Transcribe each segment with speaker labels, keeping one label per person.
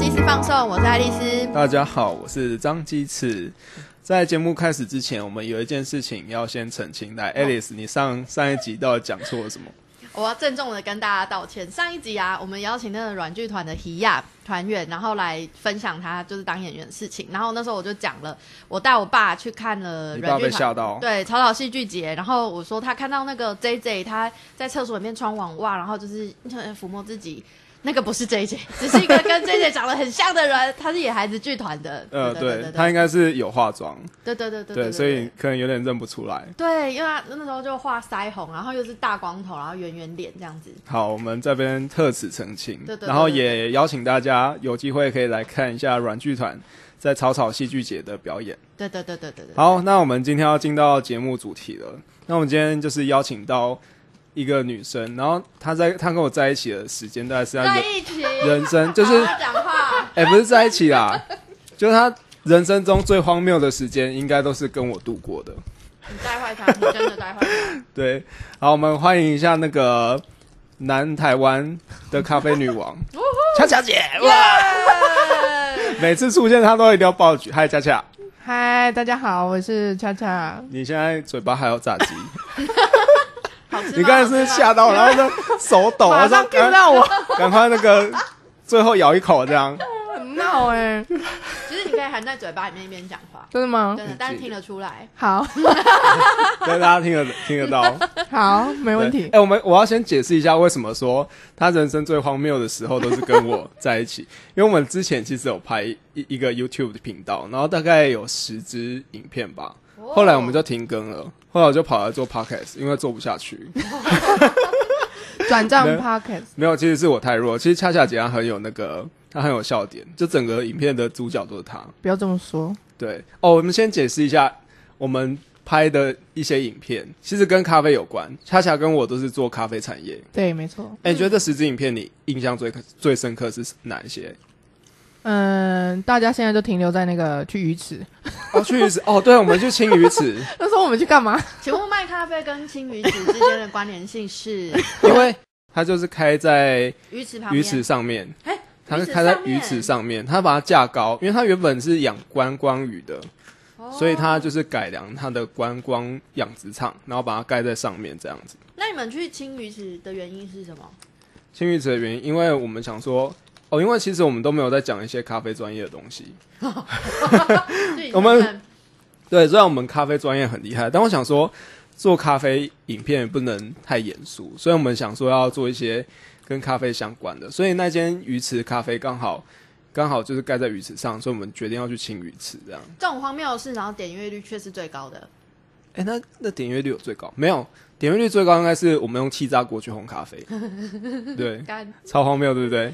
Speaker 1: 鸡翅放送，我是爱丽丝。
Speaker 2: 大家好，我是张鸡翅。在节目开始之前，我们有一件事情要先澄清。来、a l i c e 你上上一集到底讲错了什么？
Speaker 1: 我要郑重的跟大家道歉。上一集啊，我们邀请那个软剧团的希亚团员，然后来分享他就是当演员的事情。然后那时候我就讲了，我带我爸去看了
Speaker 2: 你
Speaker 1: 呃软
Speaker 2: 爸
Speaker 1: 剧
Speaker 2: 被吓
Speaker 1: 团，
Speaker 2: 到，
Speaker 1: 对草草戏剧节。然后我说他看到那个 J J 他在厕所里面穿网袜，然后就是呃抚摸自己。那个不是 J J，只是一个跟 J J 长得很像的人，他是野孩子剧团的。
Speaker 2: 呃，
Speaker 1: 对
Speaker 2: 对，
Speaker 1: 对
Speaker 2: 他应该是有化妆，
Speaker 1: 对对对对
Speaker 2: 对，所以可能有点认不出来。
Speaker 1: 对，因为他那时候就画腮红，然后又是大光头，然后圆圆脸这样子。
Speaker 2: 好，我们这边特此澄清，
Speaker 1: 对对对
Speaker 2: 然后
Speaker 1: 对
Speaker 2: 也邀请大家有机会可以来看一下软剧团在草草戏剧节的表演。
Speaker 1: 对对对对对对。
Speaker 2: 好，那我们今天要进到节目主题了。那我们今天就是邀请到一个女生，然后她在她跟我在一起的时间大概是她
Speaker 1: 在
Speaker 2: 人
Speaker 1: 一 起，
Speaker 2: 人生，就是
Speaker 1: 好好讲话。
Speaker 2: 哎、不是在一起啦，就是她人生中最荒谬的时间，应该都是跟我度过的。
Speaker 1: 你带坏他，你真的带坏他。
Speaker 2: 对，好，我们欢迎一下那个南台湾的咖啡女王恰恰姐，哇！每次出现她都一定要爆菊。嗨，恰恰，
Speaker 3: 嗨，大家好，我是恰恰。
Speaker 2: 你现在嘴巴还有炸鸡？
Speaker 1: 好吃吗
Speaker 2: 你刚才是吓到，然后呢手抖，
Speaker 3: 马
Speaker 2: 然后
Speaker 3: 上
Speaker 2: 说
Speaker 3: Q
Speaker 2: 赶
Speaker 3: 到我，
Speaker 2: 赶快那个最后咬一口这 样。
Speaker 3: 很闹
Speaker 1: 欸
Speaker 3: 哎、
Speaker 1: 其实你可以含在嘴巴里面一边讲话，
Speaker 3: 真的
Speaker 2: 哦
Speaker 3: 吗？
Speaker 1: 真的，但是听得出来。
Speaker 3: 好，
Speaker 2: 对，大家听得听得到，
Speaker 3: 好，没
Speaker 2: 没
Speaker 3: 问
Speaker 2: 哎
Speaker 3: 题、。
Speaker 2: 我们我要先解释一下为什么说他人生最荒谬的时候都是跟我在一起， 因为我们之前其实有拍一一个 YouTube 的频道，然后大概有十支影片吧，后来我们就停更了，后来我就跑来做 Podcast，因为做不下 去。
Speaker 3: 转账
Speaker 2: 没
Speaker 3: Pocket，
Speaker 2: 没有，其实是我太弱，其实恰恰姐她很有那个，她很有笑点，就整个影片的主角都是她。
Speaker 3: 不要这么说。
Speaker 2: 对哦，我们先解释一下我们拍的一些影片，其实跟咖啡有关。恰恰跟我都是做咖啡产业。
Speaker 3: 对，没错。
Speaker 2: 哎、你觉得这十支影片你印象最最深刻是哪一些？
Speaker 3: 嗯，大家现在都停留在那个去鱼池。
Speaker 2: 哦，去鱼池哦，对，我们去青鱼池，
Speaker 3: 那时候我们去干嘛？
Speaker 1: 请问卖咖啡跟青鱼池之间的关联性 是
Speaker 2: 因为它就是开在
Speaker 1: 鱼池旁边？
Speaker 2: 鱼池上面，
Speaker 1: 哎，
Speaker 2: 它
Speaker 1: 鱼
Speaker 2: 是
Speaker 1: 池
Speaker 2: 开在
Speaker 1: 上
Speaker 2: 鱼
Speaker 1: 面
Speaker 2: 池上面，它把它架高，因为它原本是养观光鱼的，
Speaker 1: 哦
Speaker 2: 所以它就是改良它的观光养殖场，然后把它盖在上面这样子。
Speaker 1: 那你们去青鱼池的原因是什么？
Speaker 2: 青鱼池的原因，因为我们想说，哦，因为其实我们都没有在讲一些咖啡专业的东西，
Speaker 1: 自己
Speaker 2: 我们
Speaker 1: 看看
Speaker 2: 对，虽然我们咖啡专业很厉害，但我想说，做咖啡影片也不能太严肃，所以我们想说要做一些跟咖啡相关的，所以那间鱼池咖啡刚好刚好就是盖在鱼池上，所以我们决定要去青鱼池这样。
Speaker 1: 这种荒谬的事，然后点阅率却是最高的。
Speaker 2: 哎、那那点阅率有最高没有？点阅率最高应该是我们用气炸锅去烘咖 啡，对，
Speaker 1: 干，
Speaker 2: 超荒谬，对不对？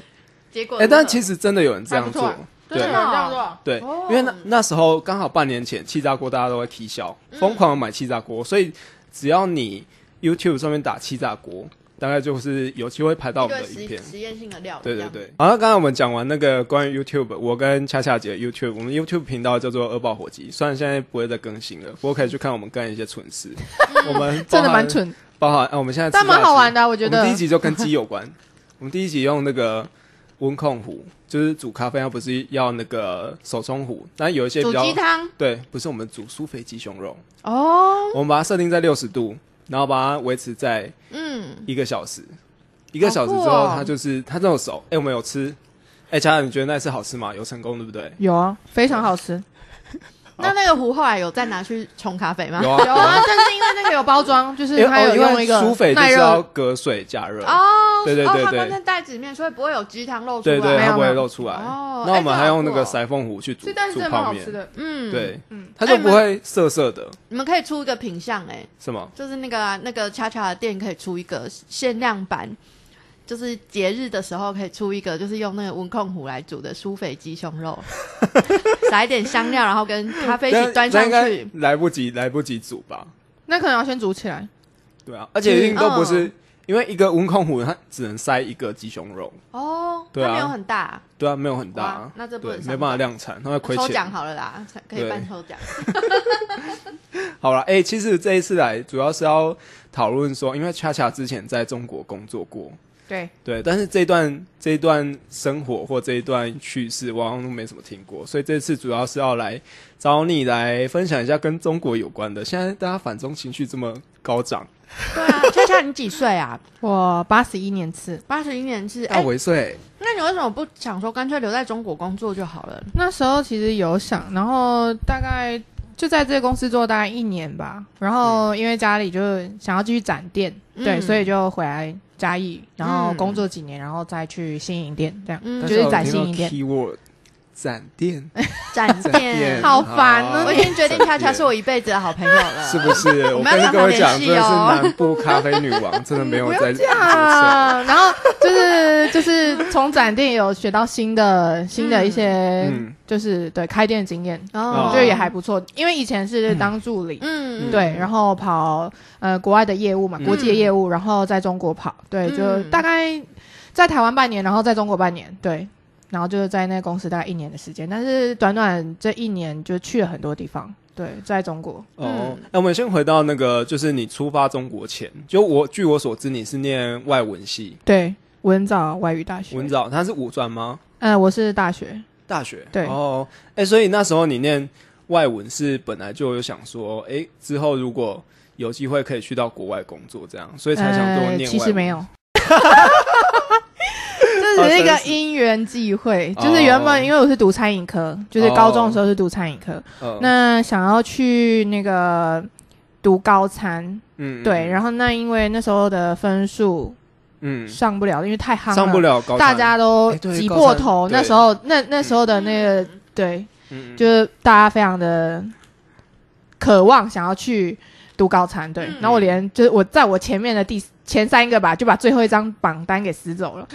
Speaker 1: 结果
Speaker 2: 哎、但其
Speaker 1: 实
Speaker 2: 实真的有人这
Speaker 3: 还
Speaker 2: 样
Speaker 3: 不
Speaker 2: 做，
Speaker 3: 错啊
Speaker 2: 对。
Speaker 1: 真的哦
Speaker 3: 做。
Speaker 2: 对，
Speaker 1: 哦
Speaker 2: 因为那那时候刚好半年前气炸锅大家都会提销，疯狂的买气炸锅，所以只要你 YouTube 上面打气炸锅，大概就是有机会拍到我们的影片
Speaker 1: 实。实验性的料理，
Speaker 2: 对
Speaker 1: 这
Speaker 2: 对
Speaker 1: 样
Speaker 2: 对，好，那刚才我们讲完那个关于 YouTube，我跟恰恰姐的 YouTube，我们 YouTube 频道叫做“恶爆火鸡”，虽然现在不会再更新了，不过可以去看我们干一些蠢事。我们包
Speaker 3: 真的
Speaker 2: 含
Speaker 3: 蛮，蠢，
Speaker 2: 包含、啊、我们现在
Speaker 3: 但蛮好玩
Speaker 2: 的。
Speaker 3: 的啊、我觉
Speaker 2: 我
Speaker 3: 得
Speaker 2: 们第一集就跟鸡有关，我们第一集用那个温控壶，就是煮咖啡，它不是要那个手冲壶，但有一些比
Speaker 3: 煮
Speaker 2: 较
Speaker 3: 鸡汤
Speaker 2: 对，不是我们煮苏菲鸡胸肉，
Speaker 3: 哦，
Speaker 2: 我们把它设定在六十度，然后把它维持在
Speaker 1: 嗯，
Speaker 2: 一个小时，一个小时之
Speaker 3: 好
Speaker 2: 后
Speaker 3: 酷哦
Speaker 2: 它就是它这种熟，哎、我们有吃，哎、佳佳你觉得那次好吃吗？有成功对不对？
Speaker 3: 有啊，非常好吃。
Speaker 1: 那那个壶后来有再拿去冲咖啡吗？
Speaker 2: 有
Speaker 3: 有
Speaker 2: 啊，
Speaker 3: 啊， 但是因为那个有包 装，就
Speaker 2: 因为
Speaker 3: 是它
Speaker 2: 哦
Speaker 3: 有
Speaker 2: 因
Speaker 3: 用一
Speaker 2: 为
Speaker 3: 个
Speaker 2: 苏菲就
Speaker 3: 耐
Speaker 2: 是
Speaker 3: 热
Speaker 2: 要隔水加 热，
Speaker 1: 哦，
Speaker 2: 对对
Speaker 1: 哦
Speaker 2: 对
Speaker 1: 它
Speaker 2: 对
Speaker 1: 关在袋子里面，所以不会有鸡汤漏出来。
Speaker 2: 对对，
Speaker 3: 没有
Speaker 2: 它不
Speaker 3: 没
Speaker 2: 会
Speaker 3: 有
Speaker 2: 漏出来。
Speaker 1: 哦
Speaker 2: 那我们
Speaker 1: 哎
Speaker 2: 还用
Speaker 1: 这好
Speaker 2: 那
Speaker 1: 酷
Speaker 2: 个
Speaker 1: 哦
Speaker 2: 裁缝壶去煮
Speaker 3: 所以但是
Speaker 2: 煮
Speaker 3: 真的蛮
Speaker 2: 泡
Speaker 3: 好
Speaker 2: 面
Speaker 3: 吃，的。
Speaker 1: 嗯，，
Speaker 2: 对，
Speaker 3: 嗯
Speaker 2: 它
Speaker 1: 哎
Speaker 2: 就
Speaker 1: 你
Speaker 2: 不
Speaker 1: 们
Speaker 2: 会涩涩的，
Speaker 1: 你们可以出一个品相哎、
Speaker 2: 是吗？
Speaker 1: 就是那个啊、那个恰恰的店可以出一个限量版，就是节日的时候可以出一个，就是用那个温控壶来煮的苏菲鸡胸 肉，撒一点香料，然后跟咖啡一
Speaker 2: 但
Speaker 1: 起端上
Speaker 2: 但
Speaker 1: 去
Speaker 2: 应。该来不及，来不及煮吧？
Speaker 3: 那可能要先煮起来。
Speaker 2: 对啊，而且一定都不是，
Speaker 1: 嗯
Speaker 2: 因为一个温控壶它只能塞一个鸡胸肉，
Speaker 1: 哦，
Speaker 2: 对啊
Speaker 1: 它没有很大，
Speaker 2: 对啊，没有很大
Speaker 1: 哇
Speaker 2: 啊，
Speaker 1: 那这不
Speaker 2: 对，
Speaker 1: 能
Speaker 2: 没办法量产，它会亏
Speaker 1: 抽
Speaker 2: 钱
Speaker 1: 奖。啊好了啦，可以办抽奖。
Speaker 2: 好了，哎、其实这一次来主要是要讨论说，因为恰恰之前在中国工作过，
Speaker 3: 对，
Speaker 2: 对，但是这一段这一段生活或这一段趣事，我好像都没什么听过，所以这次主要是要来找你来分享一下跟中国有关的。现在大家反中情绪这么高涨，
Speaker 1: 对啊，恰恰你几岁啊？
Speaker 3: 我八十一年次，
Speaker 1: 八十一年是哎、
Speaker 2: 大尾岁，
Speaker 1: 那你为什么不想说干脆留在中国工作就好了？
Speaker 3: 那时候其实有想，然后大概就在这个公司做大概一年吧，然后因为家里就想要继续展店，
Speaker 1: 嗯
Speaker 3: 对，所以就回来嘉义，然后
Speaker 1: 嗯
Speaker 3: 工作几年，然后再去新营店这样，
Speaker 1: 嗯
Speaker 2: 但
Speaker 3: 就是
Speaker 2: 我
Speaker 3: 展
Speaker 2: 听到
Speaker 3: 新营店。
Speaker 2: keyword 展店，
Speaker 1: 展
Speaker 2: 展
Speaker 1: 店
Speaker 2: 店，
Speaker 3: 好烦哦
Speaker 1: 我已经决定恰恰是我一辈子的好朋友了。
Speaker 2: 啊是不是？
Speaker 1: 我
Speaker 2: 我
Speaker 1: 们要
Speaker 2: 跟各位
Speaker 1: 常常联
Speaker 2: 讲，真
Speaker 1: 系
Speaker 2: 的是
Speaker 1: 哦
Speaker 2: 南部咖啡女王，真的没有在
Speaker 3: 啊，然后就是就是从展店有学到新的新的一些，
Speaker 2: 嗯
Speaker 3: 就是对开店经验，
Speaker 1: 哦
Speaker 2: 哦
Speaker 3: 就也还不错。因为以前是当助理，
Speaker 1: 嗯，嗯
Speaker 3: 对，然后跑呃国外的业务嘛，
Speaker 2: 嗯
Speaker 3: 国际的业务，然后在中国跑，对，就
Speaker 1: 嗯
Speaker 3: 大概在台湾半年，然后在中国半年，对，然后就是在那个公司大概一年的时间，但是短短这一年就去了很多地方，对，在中国，
Speaker 2: 哦，那、我们先回到那个，就是你出发中国前，就我据我所知，你是念外文系，
Speaker 3: 对，文藻外语大学，
Speaker 2: 文，藻，它是五专吗？
Speaker 3: 呃，我是大学，
Speaker 2: 大学
Speaker 3: 对
Speaker 2: 哦，哎、所以那时候你念外文是本来就有想说，哎、之后如果有机会可以去到国外工作，这样，所以才想多
Speaker 3: 呃，
Speaker 2: 念外文。
Speaker 3: 其实没有。 这只是一个因缘际会，就是原
Speaker 2: 哦
Speaker 3: 本因为我是读餐饮科，就是高中的时候是读餐饮科，
Speaker 2: 嗯，
Speaker 3: 那想要去那个读高餐，
Speaker 2: 嗯
Speaker 3: 对，然
Speaker 2: 后
Speaker 3: 后那因为那时候的分数
Speaker 2: 嗯，
Speaker 3: 上不了，因为太夯了，
Speaker 2: 上不了高三，
Speaker 3: 大家都
Speaker 2: 哎对
Speaker 3: 挤
Speaker 2: 高
Speaker 3: 破
Speaker 2: 三
Speaker 3: 头。
Speaker 2: 对
Speaker 3: 那时候那那时候的那个对，
Speaker 2: 嗯、嗯
Speaker 3: 就是大家非常的渴望想要去读高餐，对
Speaker 1: 嗯。
Speaker 3: 然后我连就是我在我前面的第前三个吧，就把最后一张榜单给撕走了。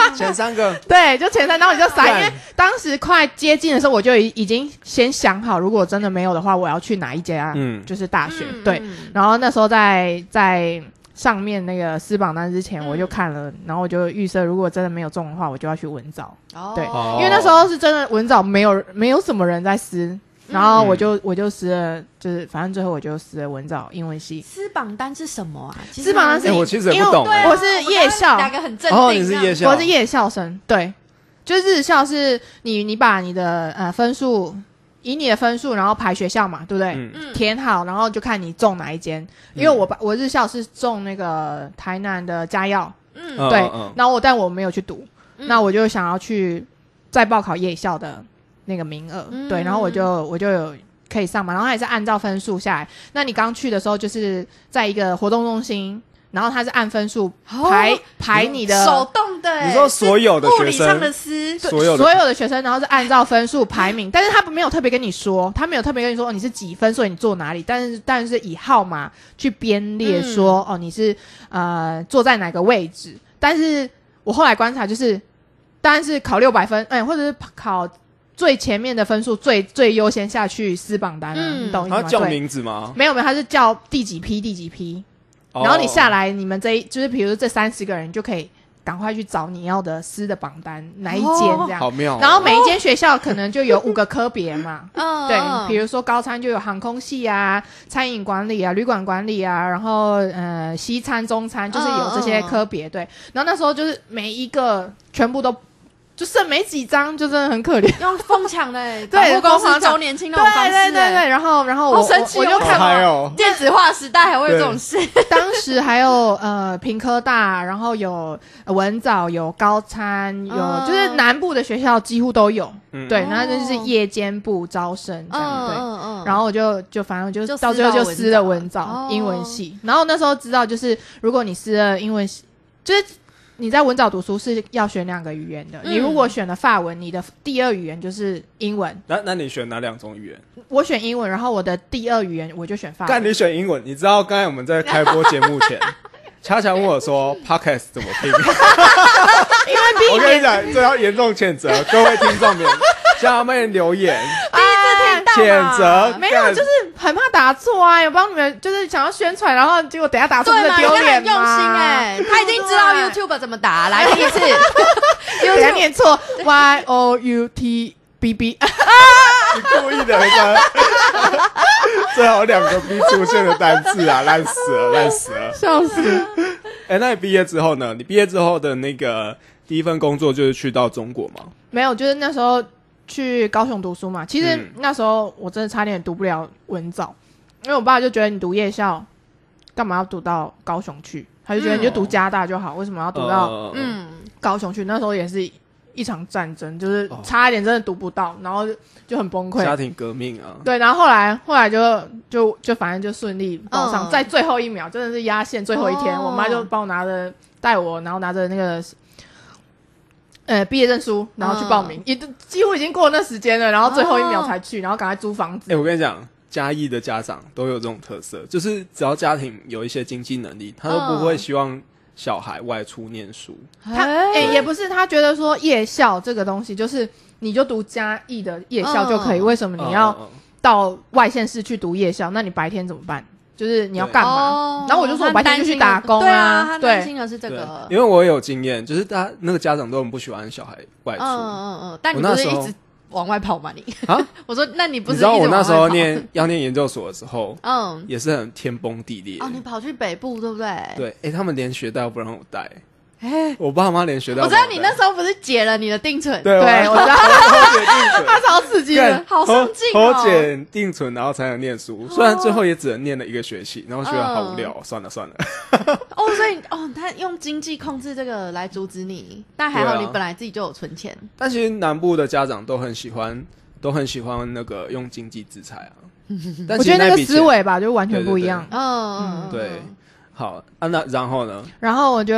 Speaker 2: 前三个，
Speaker 3: 对，就前三，然后你就傻，因为
Speaker 2: 干
Speaker 3: 当时快接近的时候，我就已已经先想好，如果真的没有的话，我要去哪一家，
Speaker 2: 嗯
Speaker 3: 就是大学，
Speaker 1: 嗯
Speaker 3: 对。
Speaker 1: 嗯
Speaker 3: 然后那时候在在上面那个撕榜单之前，
Speaker 1: 嗯
Speaker 3: 我就看了，然后我就预设，如果真的没有中的话，我就要去文藻，
Speaker 1: 哦
Speaker 3: 对
Speaker 2: 哦
Speaker 3: 因为那时候是真的文藻没有没有什么人在撕，
Speaker 1: 嗯
Speaker 3: 然后我
Speaker 2: 嗯
Speaker 3: 就、我就撕了，就是反正最后我就撕了文藻英文系，
Speaker 1: 撕榜单是什么啊？其实
Speaker 3: 撕榜单是
Speaker 2: 哎、我其实也
Speaker 3: 因
Speaker 2: 不
Speaker 3: 为
Speaker 2: 懂、
Speaker 1: 对啊
Speaker 2: 哎
Speaker 3: 我是夜校
Speaker 1: 两个很正
Speaker 2: 哦，你是夜校，
Speaker 3: 我是夜校生，对，就是日校是你你把你的呃分数以你的分数然后排学校嘛，对不对？
Speaker 2: 嗯
Speaker 1: 嗯，
Speaker 3: 填好，然后就看你中哪一间，因为我把我日校是中那个台南的嘉药，
Speaker 1: 嗯
Speaker 2: 嗯
Speaker 3: 对
Speaker 2: 嗯嗯，
Speaker 3: 然后我但我没有去读，
Speaker 1: 嗯
Speaker 3: 那我就想要去再报考夜校的那个名额，
Speaker 1: 嗯
Speaker 3: 对，然后我就我就有可以上嘛，然后它也是按照分数下来。那你刚去的时候就是在一个活动中心，然后它是按分数排、
Speaker 1: 哦
Speaker 3: 排你的
Speaker 1: 手动的欸，
Speaker 2: 你说所有的
Speaker 1: 是物
Speaker 2: 学
Speaker 1: 理上的
Speaker 2: 生，
Speaker 1: 撕，
Speaker 3: 对
Speaker 2: 所有的
Speaker 3: 所有的学生，然后是按照分数排名，但是他没有特别跟你说，他没有特别跟你说哦你是几分，所以你坐哪里，但是但是以号码去编列说、
Speaker 2: 嗯
Speaker 3: 哦你是呃坐在哪个位置，但是我后来观察就是，当然是考六百分，哎，或者是考最前面的分数最最优先下去撕榜单、啊，
Speaker 1: 嗯，
Speaker 3: 你懂意思
Speaker 2: 他
Speaker 3: 吗？
Speaker 2: 叫
Speaker 3: 对，
Speaker 2: 名字吗？
Speaker 3: 没有没有，他是叫第几批第几批，
Speaker 2: 哦
Speaker 3: 然后你下来，你们这一就是比如说这三十个人就可以赶快去找你要的撕的榜单哪一间这样。
Speaker 2: 好妙哦、
Speaker 3: 啊然后每一间学校可能就有五个科别嘛
Speaker 1: 嗯，
Speaker 3: 对，比
Speaker 1: 如
Speaker 3: 如说高餐就有航空系啊、餐饮管理啊、旅馆管理啊，然后呃西餐、中餐就是有这
Speaker 1: 嗯
Speaker 3: 些科别，对。然后那时候就是每一个全部都就剩没几张，就真的很可怜。
Speaker 1: 用疯抢的欸
Speaker 3: 对
Speaker 1: 百货公
Speaker 3: 疯
Speaker 1: 司
Speaker 3: 抢
Speaker 1: 周年庆那
Speaker 3: 对
Speaker 1: 种方式
Speaker 3: 对
Speaker 1: 欸，
Speaker 3: 对对，然后然后我
Speaker 1: 好神奇哦
Speaker 3: 我我就
Speaker 2: 好
Speaker 3: 看
Speaker 2: 嗨哦，
Speaker 1: 电子化时代还会有这种事，
Speaker 3: 当时还有呃平科大，然后有呃文藻，有高餐，有、
Speaker 1: 嗯
Speaker 3: 就是南部的学校几乎都有，
Speaker 2: 嗯
Speaker 3: 对，
Speaker 1: 哦
Speaker 3: 然后就是夜间部招生这样、对。
Speaker 1: 嗯
Speaker 3: 然后我就就反正我就
Speaker 1: 就撕
Speaker 3: 到最后
Speaker 1: 到
Speaker 3: 就
Speaker 1: 文
Speaker 3: 撕
Speaker 1: 藻
Speaker 3: 了文藻、
Speaker 1: 哦
Speaker 3: 英文系，然后那时候知道就是如果你撕了英文系，就是你在文藻读书是要选两个语言的，你如
Speaker 1: 嗯
Speaker 3: 果选了法文，你的第二语言就是英文。
Speaker 2: 那那你选哪两种语言？
Speaker 3: 我选英文，然后我的第二语言我就选法
Speaker 2: 干
Speaker 3: 文。
Speaker 2: 你选英文，你知道刚才我们在开播节目前，恰恰问我说 podcast 怎么拼？我跟你讲，这要严重谴责各位听众们，向他们留言
Speaker 3: 哎
Speaker 2: 谴责，
Speaker 3: 没有，
Speaker 2: 干
Speaker 3: 就是很怕打错啊！有帮你们就是想要宣传，然后结果等一下打错不
Speaker 1: 对
Speaker 3: 是
Speaker 1: 嘛，
Speaker 3: 丢
Speaker 1: 你看
Speaker 3: 脸
Speaker 1: 很用心哎、
Speaker 3: 哎，
Speaker 1: 他已经知道
Speaker 3: 对
Speaker 1: YouTube 怎么打，来第一次
Speaker 3: 等一下
Speaker 1: ，YouTube
Speaker 3: 念错 Y O U T B B，
Speaker 2: 你故意的，干 最好两个 B 出现的单字啊，烂死了，烂死了。
Speaker 3: 笑死！
Speaker 2: 哎、那你毕业之后呢？你毕业之后的那个第一份工作就是去到中国吗？
Speaker 3: 没有，就是那时候去高雄读书嘛。其实
Speaker 2: 嗯
Speaker 3: 那时候我真的差点读不了文藻，因为我爸就觉得你读夜校干嘛要读到高雄去？他就觉得你就读加大就好，为什么要读到
Speaker 2: 呃，
Speaker 1: 嗯，
Speaker 3: 高雄去？那时候也是一场战争，就是
Speaker 2: 哦
Speaker 3: 差一点真的读不到，然后就就很崩溃。
Speaker 2: 家庭革命啊，
Speaker 3: 对，然后后来后来就就就反正就顺利报
Speaker 1: 嗯
Speaker 3: 上，在最后一秒真的是压线最后一天，
Speaker 1: 哦
Speaker 3: 我妈就帮我拿着带我，然后拿着那个呃毕业证书，然后去报
Speaker 1: 嗯
Speaker 3: 名，也都几乎已经过那时间了，然后最后一
Speaker 1: 哦
Speaker 3: 秒才去，然后赶快租房
Speaker 2: 哎、
Speaker 3: 子。
Speaker 2: 我跟你讲，嘉义的家长都有这种特色，就是只要家庭有一些经济能力，他都不
Speaker 1: 嗯
Speaker 2: 会希望小孩外出念书。
Speaker 3: 他哎、也不是他觉得说夜校这个东西就是。你就读嘉义的夜校就可以，
Speaker 1: 嗯
Speaker 3: 为什么你要
Speaker 2: 嗯嗯
Speaker 3: 到外县市去读夜校？那你白天怎么办？就是你要干嘛？
Speaker 1: 哦
Speaker 3: 然后我就说我白天就去打工啊
Speaker 1: 对啊，他
Speaker 3: 对
Speaker 1: 担心的是这
Speaker 2: 嗯对
Speaker 1: 个，，
Speaker 2: 因为我有经验，就是他那个家长都很不喜欢小孩外出。
Speaker 1: 嗯嗯，但你
Speaker 2: 我那
Speaker 1: 不是
Speaker 2: 时候
Speaker 1: 一直往外跑吗？你
Speaker 2: 啊，
Speaker 1: 我说那你不
Speaker 2: 你
Speaker 1: 是
Speaker 2: 知道
Speaker 1: 一
Speaker 2: 我
Speaker 1: 直
Speaker 2: 那
Speaker 1: 往
Speaker 2: 时候
Speaker 1: 外跑
Speaker 2: 念要念研究所的时候，
Speaker 1: 嗯
Speaker 2: 也是很天崩地裂。
Speaker 1: 哦，你跑去北部对不对？
Speaker 2: 对，哎、他们连学带都不让我带，
Speaker 1: 哎，
Speaker 2: 我爸妈连学带
Speaker 1: 我
Speaker 2: 都
Speaker 1: 知
Speaker 2: 不让
Speaker 1: 道
Speaker 2: 带。
Speaker 1: 你那时候不是解了你的定存，
Speaker 2: 对
Speaker 3: 对，我
Speaker 2: 我
Speaker 3: 知道
Speaker 2: 我姐定
Speaker 3: 他
Speaker 2: 存。
Speaker 3: 超刺激的
Speaker 2: 干。
Speaker 1: 好上进哦
Speaker 2: 我姐定存，然后才能念书。
Speaker 3: 哦
Speaker 2: 虽然最后也只能念了一个学期，然后觉得
Speaker 3: 嗯
Speaker 2: 好无聊，算了算了。
Speaker 1: 哦，所以哦，他用经济控制这个来阻止你，但还好
Speaker 2: 对啊
Speaker 1: 你本来自己就有存钱，
Speaker 2: 但其实南部的家长都很喜欢，都很喜欢那个用经济制裁啊。 但
Speaker 3: 我
Speaker 2: 其
Speaker 3: 觉
Speaker 2: 实
Speaker 3: 得那
Speaker 2: 那
Speaker 3: 个
Speaker 2: 笔
Speaker 3: 思
Speaker 2: 钱，
Speaker 3: 维吧，就完全不一样。
Speaker 1: 嗯嗯，嗯
Speaker 2: 对，好啊，那然后 呢？
Speaker 3: 然后我就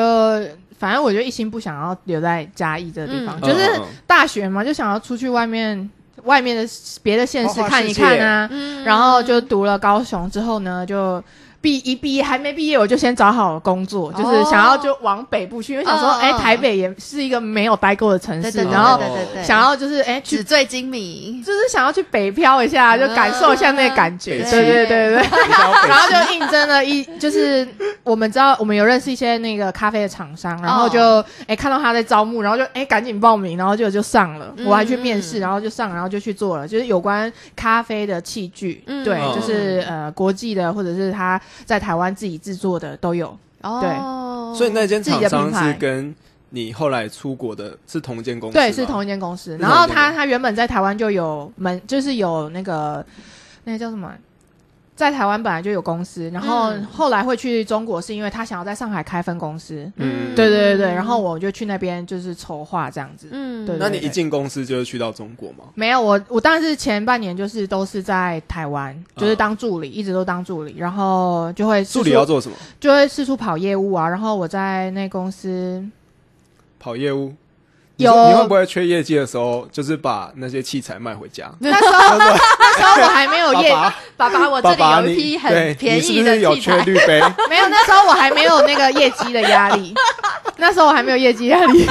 Speaker 3: 反正我就一心不想要留在嘉义这个地方，
Speaker 1: 嗯
Speaker 3: 就是
Speaker 2: 嗯嗯
Speaker 3: 大学嘛，就想要出去外面外面的别的县市
Speaker 2: 花花
Speaker 3: 看一
Speaker 2: 世界
Speaker 3: 看啊。
Speaker 1: 嗯
Speaker 3: 然后就读了高雄之后呢，就毕一毕业还没毕业，我就先找好工作，
Speaker 1: 哦
Speaker 3: 就是想要就往北部去，因为想说，
Speaker 1: 嗯嗯
Speaker 3: 哎、台北也是一个没有待过的城
Speaker 1: 对
Speaker 3: 市，
Speaker 1: 对对
Speaker 3: 然后
Speaker 1: 对对对对，
Speaker 3: 想要就是哎、去
Speaker 1: 纸。醉金迷，
Speaker 3: 就是想要去北漂一
Speaker 1: 啊
Speaker 3: 下，就感受一下那个感觉，
Speaker 2: 嗯
Speaker 3: 对对对对。
Speaker 2: 你想要北
Speaker 3: 然 后就应征了一，就是我们知道我们有认识一些那个咖啡的厂商，然后就哎、诶看到他在招募，然后就哎、诶赶紧报名，然后就就上了，
Speaker 1: 嗯
Speaker 3: 我还去面试，然后就上，然后就去做了，就是有关咖啡的器具，
Speaker 1: 嗯
Speaker 3: 对，
Speaker 2: 嗯
Speaker 3: 就是呃国际的或者是他在台湾自己制作的都有，
Speaker 1: 哦，
Speaker 2: 所以那间
Speaker 3: 自己
Speaker 2: 厂
Speaker 3: 的
Speaker 2: 商
Speaker 3: 品牌
Speaker 2: 是跟你后来出国的是同一间公司吗，
Speaker 3: 对，是同一间公司。
Speaker 2: 是
Speaker 3: 然
Speaker 2: 同
Speaker 3: 后
Speaker 2: 一间公
Speaker 3: 他
Speaker 2: 司
Speaker 3: 他原本在台湾就有门，就是有那个那个叫什么啊，在台湾本来就有公司，然后
Speaker 1: 嗯
Speaker 3: 后来会去中国，是因为他想要在上海开分公司。
Speaker 2: 嗯
Speaker 3: 对对对对，然后我就去那边就是筹划这样子。
Speaker 1: 嗯
Speaker 3: 对
Speaker 2: 那你一进公司就是去到中国吗？
Speaker 3: 没有我，我当然是前半年就是都是在台湾，就是
Speaker 2: 嗯
Speaker 3: 当助理，一直都当助理，然后就会四
Speaker 2: 助理哦
Speaker 3: 处
Speaker 2: 要做什么？
Speaker 3: 就会四处跑业务啊。然后我在那 公司
Speaker 2: 跑业务。你
Speaker 3: 有
Speaker 2: 说你会不会缺业绩的时候，就是把那些器材卖回家？
Speaker 3: 那时候那时候我还没有业，
Speaker 1: 爸
Speaker 2: 爸
Speaker 1: 爸，我哦这
Speaker 2: 爸，
Speaker 1: 里
Speaker 2: 爸
Speaker 1: 有一
Speaker 2: 你
Speaker 1: 批
Speaker 2: 对
Speaker 1: 很
Speaker 2: 你
Speaker 1: 便
Speaker 2: 是
Speaker 1: 宜
Speaker 2: 不是
Speaker 1: 的
Speaker 2: 有
Speaker 1: 器
Speaker 2: 缺
Speaker 1: 材，
Speaker 2: 滤 杯？
Speaker 3: 没有，那时候我还没有那个业绩的 压力，那时候我还没有业绩压
Speaker 2: 哦
Speaker 3: 力。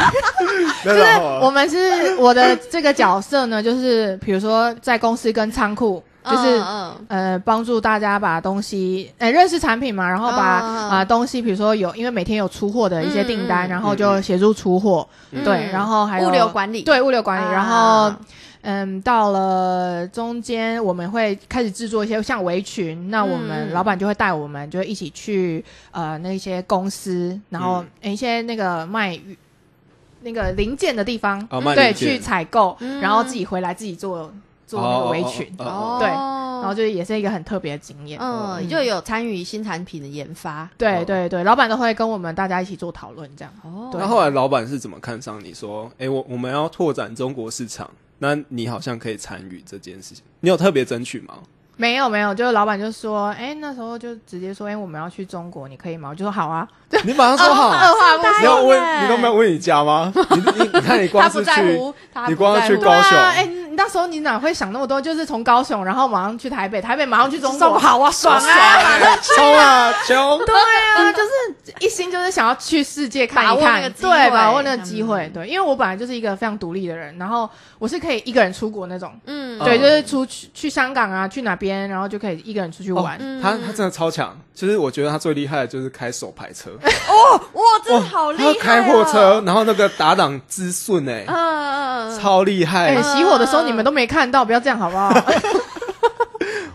Speaker 2: 就
Speaker 3: 就是我们是我的这个角色呢，就是比如说在公司跟仓库，就是。
Speaker 1: 嗯嗯
Speaker 3: 呃，帮助大家把东西，呃，认识产品嘛，然后把
Speaker 1: 嗯嗯
Speaker 3: 啊、
Speaker 1: 嗯
Speaker 3: 呃东西，比如说有，因为每天有出货的一些订
Speaker 1: 嗯
Speaker 3: 单，
Speaker 1: 嗯
Speaker 3: 然后就协助出货，
Speaker 1: 嗯
Speaker 3: 对，然后还有
Speaker 1: 物流管理，
Speaker 3: 对物流管理，
Speaker 1: 啊
Speaker 3: 然后嗯，到了中间我们会开始制作一些像围裙，那我们
Speaker 1: 嗯
Speaker 3: 老板就会带我们，就会一起去呃那些公司，然后、哎
Speaker 2: 嗯
Speaker 3: 诶一些那个卖鱼那个零件的地方，
Speaker 2: 啊卖
Speaker 3: 对，
Speaker 2: 零件
Speaker 3: 去采购，
Speaker 1: 哦嗯
Speaker 3: 然后自己回来自己做做那个围裙，
Speaker 2: 哦哦
Speaker 1: 哦
Speaker 3: 对然后就也是一个很特别的经验。
Speaker 1: 嗯，就有参与新产品的研发，
Speaker 3: 对
Speaker 2: 哦
Speaker 3: 对对，老板都会跟我们大家一起做讨论，这样。
Speaker 1: 哦
Speaker 3: 对
Speaker 2: 那后来老板是怎么看上你说，哎、我我们要拓展中国市场，那你好像可以参与这件事情，你有特别争取吗？
Speaker 3: 没有没有，就是老板就说，哎、那时候就直接说，哎、我们要去中国，你可以吗？我就说好啊，
Speaker 2: 你马上说
Speaker 1: 哦
Speaker 2: 好，
Speaker 3: 二话不
Speaker 2: 你要
Speaker 1: 哎
Speaker 2: 问
Speaker 1: 哎
Speaker 2: 你都没有问你家吗？ 你你你看你
Speaker 1: 他
Speaker 2: 光
Speaker 1: 不
Speaker 2: 是
Speaker 1: 在
Speaker 2: 去，
Speaker 1: 乎，他
Speaker 2: 你
Speaker 1: 不在
Speaker 2: 光是
Speaker 1: 乎
Speaker 2: 去高雄
Speaker 3: 对啊哎、你你那时候你哪会想那么多？就是从高雄，然后马上去台北，台北马上去 中国，好啊，爽啊！
Speaker 2: 冲啊冲！
Speaker 3: 对啊，就是一心就是想要去世界看一
Speaker 1: 把握那
Speaker 3: 看
Speaker 1: 个，机会
Speaker 3: 对，把握那个机会，
Speaker 1: 嗯
Speaker 3: 对，因为我本来就是一个非常独立的人，然后我是可以一个人出国那种，
Speaker 1: 嗯，
Speaker 2: 嗯
Speaker 3: 对，就是出去去香港啊，去哪边，然后就可以一个人出
Speaker 2: 哦
Speaker 3: 去玩，
Speaker 1: 嗯
Speaker 2: 他他真的超强，就是我觉得他最厉害的就是开手排车，
Speaker 1: 哇，真的好厉害、哦！
Speaker 2: 他开货车，，然后那个打档之顺哎、
Speaker 1: 嗯嗯嗯，
Speaker 2: 超厉
Speaker 3: 哎、
Speaker 2: 害，啊
Speaker 3: 熄火的时候你们都没看到，不要这样好不好？
Speaker 2: 或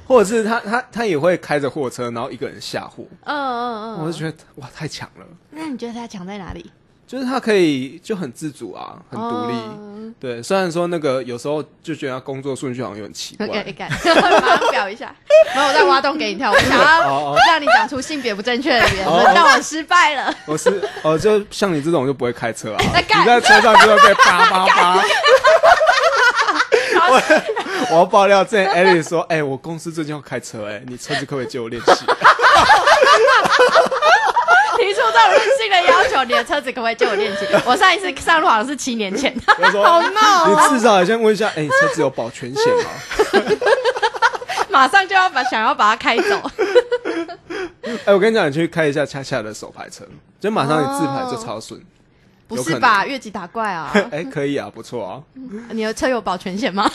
Speaker 2: 或者是他他他也会开着货车，然后一个人下货，
Speaker 1: 嗯嗯嗯，
Speaker 2: 我就觉得哇太强了，
Speaker 1: 那你觉得他强在哪里？
Speaker 2: 就是他可以就很自主啊，很独立。
Speaker 1: 哦
Speaker 2: 对，虽然说那个有时候就觉得他工作顺序好像有点奇怪，
Speaker 1: 敢敢， 马上表一 下。没有，我再挖洞给你跳。我想
Speaker 2: 哦
Speaker 1: 要让你讲出性别不正确的语言，
Speaker 2: 哦
Speaker 1: 但我失败了。
Speaker 2: 我是哦，就像你这种就不会开车啊，
Speaker 1: 在干
Speaker 2: 你在车上就会被叭 叭叭。我我要爆料，之前艾莉说，哎、我公司最近要开车、哎，你车子可不可以借 我练习？
Speaker 1: 提出这种任性的要求，你的车子可不可以借我练习？我上一次上路好像是七年前，
Speaker 2: 我说
Speaker 3: 好
Speaker 1: 啊
Speaker 3: 闹哦
Speaker 2: 你至少也先问一下，哎、你车子有保全险吗？
Speaker 1: 马上就要把想要把它开走。
Speaker 2: 哎、我跟你讲，你去开一下恰恰的手排车，就马上你自排
Speaker 3: 哦
Speaker 2: 就超顺。
Speaker 1: 不
Speaker 2: 有可
Speaker 1: 是
Speaker 2: 能
Speaker 1: 吧？越级打怪啊！
Speaker 2: 哎、可以啊，不错啊。
Speaker 1: 你的车有保全险吗？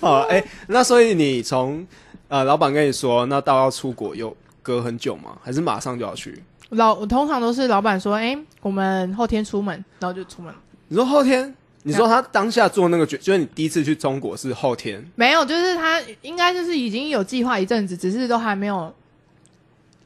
Speaker 2: 好，哎、那所以你从呃，老板跟你说，那到要出国有隔很久吗？还是马上就要去？
Speaker 3: 老我通常都是老板说，哎、我们后天出门，然后就出门。
Speaker 2: 你说后天，你说他当下做那个决，就是你第一次去中国是后天，
Speaker 3: 没有，就是他应该就是已经有计划一阵子，只是都还没有。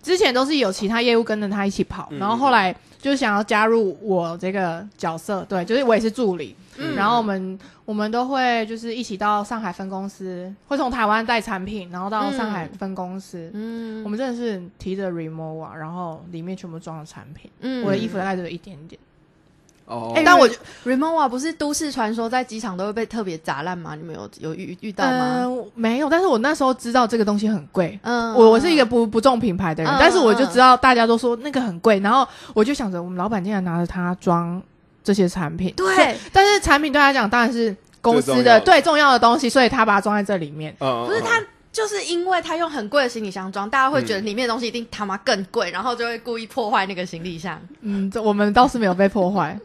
Speaker 3: 之前都是有其他业务跟着他一起跑，
Speaker 2: 嗯
Speaker 3: 然后后来就想要加入我这个角色，对，就是我也是助理。
Speaker 1: 嗯
Speaker 2: 嗯
Speaker 3: 然后我们我们都会就是一起到上海分公司，会从台湾带产品，然后到上海分公司。
Speaker 1: 嗯
Speaker 3: 我们真的是提着 remote 啊，然后里面全部装了产品，
Speaker 1: 嗯
Speaker 3: 我的衣服大概只有一点点。
Speaker 2: 哦，
Speaker 1: 哎
Speaker 3: 但我
Speaker 1: Remova 不是都市传说，在机场都会被特别砸烂吗？你们有有遇遇到吗？
Speaker 3: 嗯、没有，但是我那时候知道这个东西很贵，
Speaker 1: 嗯，
Speaker 3: 呃我我是一个不不重品牌的人，
Speaker 1: 嗯
Speaker 3: 但是我就知道大家都说那个很贵，然后我就想着我们老板竟然拿着它装这些产品，所以，
Speaker 1: 对，
Speaker 3: 但是产品对他来讲当然是公司
Speaker 2: 最重要
Speaker 3: 的
Speaker 2: 的
Speaker 3: 最重要的东西，所以他把它装在这里面。
Speaker 2: 呃
Speaker 1: 不是他。就是因为他用很贵的行李箱装，大家会觉得里面的东西一定他妈更贵，然后就会故意破坏那个行李箱。
Speaker 3: 嗯，这我们倒是没有被 破坏。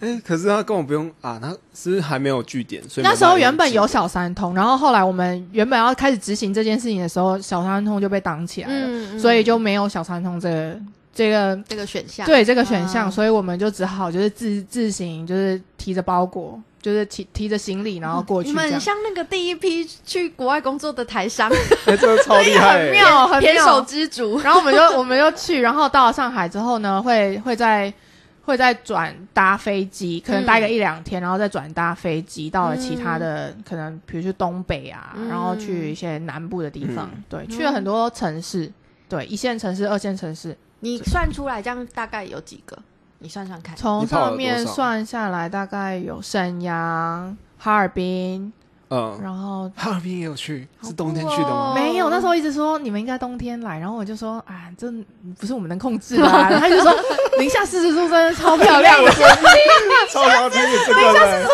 Speaker 2: 哎、可是他根本不用啊，他是不是还没有据点，所以
Speaker 3: 那时候原本有
Speaker 2: 没办法
Speaker 3: 小三通，然后后来我们原本要开始执行这件事情的时候，小三通就被挡起来了，
Speaker 1: 嗯，
Speaker 3: 所以就没有小三通这个这个
Speaker 1: 这个选项，
Speaker 3: 对这个选项，
Speaker 1: 啊
Speaker 3: 所以我们就只好就是自自行就是提着包裹，就是提提着行李然后过去
Speaker 1: 你
Speaker 3: 这
Speaker 1: 们
Speaker 3: 样。
Speaker 1: 像那个第一批去国外工作的台 商，
Speaker 2: 哎、这个超厉害、
Speaker 3: 很妙，很
Speaker 1: 偏手
Speaker 3: 妙。
Speaker 1: 知足。
Speaker 3: 然后我们就我们就去，然后到了上海之后呢，会会在会再转搭飞机，可能搭个一两天，然后再转搭飞机到了其他的，可能比如去东北啊，
Speaker 1: 嗯
Speaker 3: 然后去一些南部的地方，
Speaker 2: 嗯
Speaker 3: 对，去了很多城市，对，一线城市、二线城市，
Speaker 1: 你算出来这样大概有几个？你算算 看。
Speaker 3: 从
Speaker 2: 你跑了
Speaker 3: 上面
Speaker 2: 多少
Speaker 3: 算下来大概有沈阳、哈尔滨，
Speaker 2: 嗯，
Speaker 3: 然后
Speaker 2: 哈尔滨也有去，
Speaker 1: 好
Speaker 2: 是冬天去的吗？
Speaker 1: 酷哦
Speaker 3: 没有，那时候一直说你们应该冬天来，然后我就说啊，这不是我们能控制的、啊。然后他就说零下四十度真的超漂亮的，
Speaker 2: 超想听你这个嘞，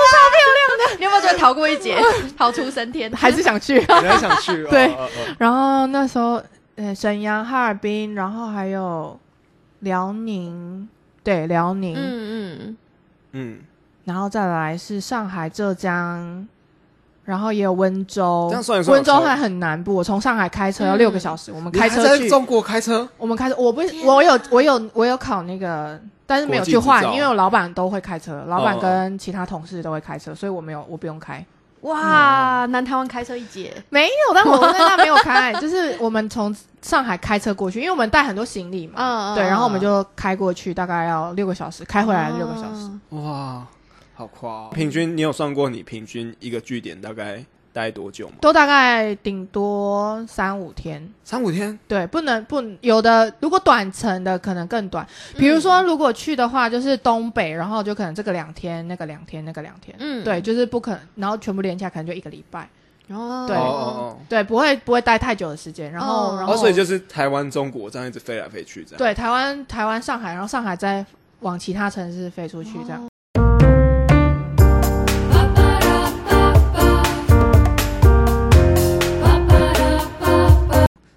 Speaker 1: 你有没有觉得逃过一 劫，逃出升天？
Speaker 3: 还是想去。
Speaker 2: 你还想去？哦
Speaker 3: 对
Speaker 2: 哦哦
Speaker 3: 然后那时候，呃，沈阳、哈尔滨，然后还有辽宁，对，辽宁，
Speaker 1: 嗯嗯，
Speaker 2: 嗯，
Speaker 3: 然后再来是上海、浙江，然后也有温州
Speaker 2: 这样算一。算
Speaker 3: 温州
Speaker 2: 我才
Speaker 3: 还很南部，我从上海开车要六个
Speaker 1: 嗯
Speaker 3: 小时，我们
Speaker 2: 你
Speaker 3: 开
Speaker 2: 还
Speaker 3: 车
Speaker 2: 在
Speaker 3: 去。
Speaker 2: 中国开车，
Speaker 3: 我们开车，我不是
Speaker 1: 天哪
Speaker 3: 我有我有我有考那个，但是没有去
Speaker 2: 国
Speaker 3: 换
Speaker 2: 际执，照
Speaker 3: 因为我老板都会开车，老
Speaker 2: 哦
Speaker 3: 板
Speaker 2: 哦
Speaker 3: 跟其他同事都会开车，所以我没有
Speaker 2: 嗯
Speaker 3: 我不用开。
Speaker 1: 哇，
Speaker 3: 嗯
Speaker 1: 南台湾开车一劫，
Speaker 3: 没有，但我那那没有 开，就是我们从上海开车过去，因为我们带很多行李嘛，
Speaker 1: 嗯嗯
Speaker 3: 对，
Speaker 1: 嗯
Speaker 3: 然后我们就开过去，大概要六个小时，开回来六个小时。
Speaker 1: 哦
Speaker 2: 哇，好夸、哦！平均你有算过你平均一个据点大概待多久吗？
Speaker 3: 都大概顶多三五天，
Speaker 2: 三五天，
Speaker 3: 对，不能不有的，如果短程的可能更短，比如
Speaker 1: 嗯
Speaker 3: 说如果去的话，就是东北，然后就可能这个两天，那个两天，那个两天，
Speaker 1: 嗯
Speaker 3: 对，，就是不可能，然后全部连起来可能就一个礼拜，
Speaker 1: 哦
Speaker 3: 对
Speaker 2: 哦哦
Speaker 3: 对，不会不会待太久的时间。然后，
Speaker 1: 哦
Speaker 3: 然
Speaker 2: 哦，
Speaker 3: 后、
Speaker 2: 哦，所以就是台湾、中国这样一直飞来飞去这样。
Speaker 3: 对台湾台湾上海，然后上海再往其他城市飞出去这样。
Speaker 1: 哦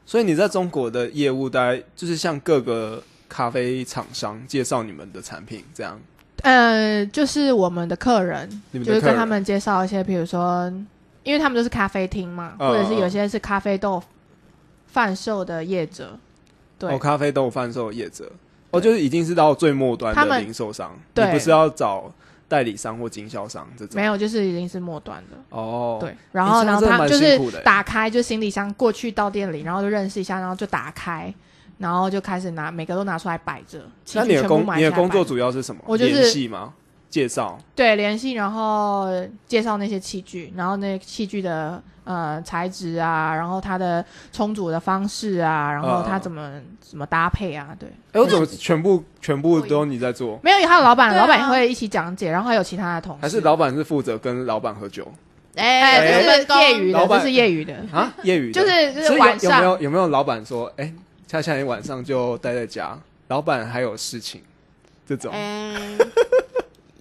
Speaker 2: 所以你在中国的业务大概就是向各个咖啡厂商介绍你们的产品，这样
Speaker 3: 呃，就是我们的客人，
Speaker 2: 你们
Speaker 3: 就
Speaker 2: 的
Speaker 3: 是
Speaker 2: 客人
Speaker 3: 跟他们介绍一些，比如说，因为他们都是咖啡厅嘛，
Speaker 2: 嗯
Speaker 3: 或者是有些是咖啡豆贩售的业者，对、
Speaker 2: 哦，咖啡豆贩售业者，哦，就是已经是到最末端
Speaker 3: 他
Speaker 2: 的
Speaker 3: 们
Speaker 2: 零售商，你
Speaker 3: 对
Speaker 2: 不是要找代理商或经销商这种
Speaker 3: 没？有，就是已经是末端的。
Speaker 2: 哦，
Speaker 3: 对，然后
Speaker 2: 这
Speaker 3: 然
Speaker 2: 样
Speaker 3: 后
Speaker 2: 真的
Speaker 3: 他
Speaker 2: 蛮
Speaker 3: 就
Speaker 2: 辛
Speaker 3: 是
Speaker 2: 苦的欸
Speaker 3: 打开，就行李箱过去到店里，然后就认识一下，然后就打开，然后就开始拿每个都拿出来摆着。
Speaker 2: 那
Speaker 3: 器具
Speaker 2: 你的
Speaker 3: 全部
Speaker 2: 工
Speaker 3: 买
Speaker 2: 你的
Speaker 3: 起来
Speaker 2: 工作
Speaker 3: 摆着
Speaker 2: 主要是什么？
Speaker 3: 我就是
Speaker 2: 联系吗？介绍
Speaker 3: 对联系，然后介绍那些器具，然后那器具的呃材质啊，然后它的充足的方式啊，然后它
Speaker 2: 嗯
Speaker 3: 怎么怎么搭配啊，对。
Speaker 2: 哎、我怎么全部全部都你在做？
Speaker 3: 没有，还有老板，
Speaker 1: 对啊
Speaker 3: 老板也会一起讲解，然后还有其他的同事。
Speaker 2: 还是老板是负责跟老板喝酒
Speaker 1: 哎、
Speaker 3: 哎，
Speaker 1: 有分
Speaker 3: 这
Speaker 1: 工
Speaker 3: 是业余
Speaker 2: 老
Speaker 3: 的，
Speaker 2: 板
Speaker 3: 这是业余的，
Speaker 2: 啊？业余的
Speaker 3: 就是就
Speaker 2: 所
Speaker 3: 是
Speaker 2: 以有
Speaker 3: 晚
Speaker 2: 有没
Speaker 3: 上。
Speaker 2: 有有没有老板说，哎、恰恰你晚上就待在家，老板还有事情这种？
Speaker 1: 哎、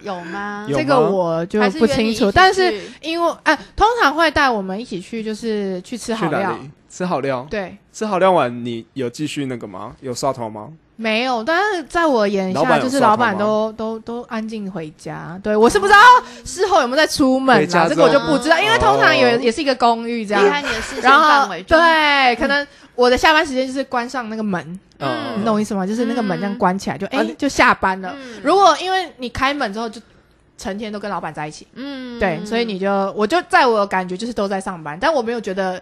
Speaker 1: 有吗？
Speaker 2: 有
Speaker 3: 这个
Speaker 2: 吗
Speaker 3: 我就
Speaker 1: 还是
Speaker 3: 不
Speaker 1: 约你
Speaker 3: 清
Speaker 1: 一起
Speaker 3: 楚，但是
Speaker 1: 去
Speaker 3: 因为哎、通常会带我们一起去，就是去吃
Speaker 2: 去
Speaker 3: 好
Speaker 2: 哪
Speaker 3: 料
Speaker 2: 里，吃好料？
Speaker 3: 对，
Speaker 2: 吃好料完，你有继续那个吗？有刷头吗？
Speaker 3: 没有，但是在我眼
Speaker 2: 老板
Speaker 3: 下，
Speaker 2: 有
Speaker 3: 就是
Speaker 2: 刷
Speaker 3: 老
Speaker 2: 头吗
Speaker 3: 板都都都安静回家。对我是不知道事后有没有再出门
Speaker 2: 回家之
Speaker 3: 啦，这个我
Speaker 2: 后
Speaker 3: 就不知道，因为通常也
Speaker 2: 哦
Speaker 3: 也是一个公寓这
Speaker 1: 离
Speaker 3: 样，
Speaker 1: 开你的视线
Speaker 3: 然
Speaker 1: 范
Speaker 3: 后
Speaker 1: 围，，
Speaker 3: 对，可能我的下班时间就是关上那个门，
Speaker 1: 嗯
Speaker 3: 你懂我意思吗？就是那个门这样关起来，就哎、
Speaker 2: 啊你
Speaker 3: 就下班了。
Speaker 1: 嗯
Speaker 3: 如果因为你开门之后就成天都跟老板在一起，
Speaker 1: 嗯
Speaker 3: 对，所以你就我就在我感觉就是都在上班，但我没有觉得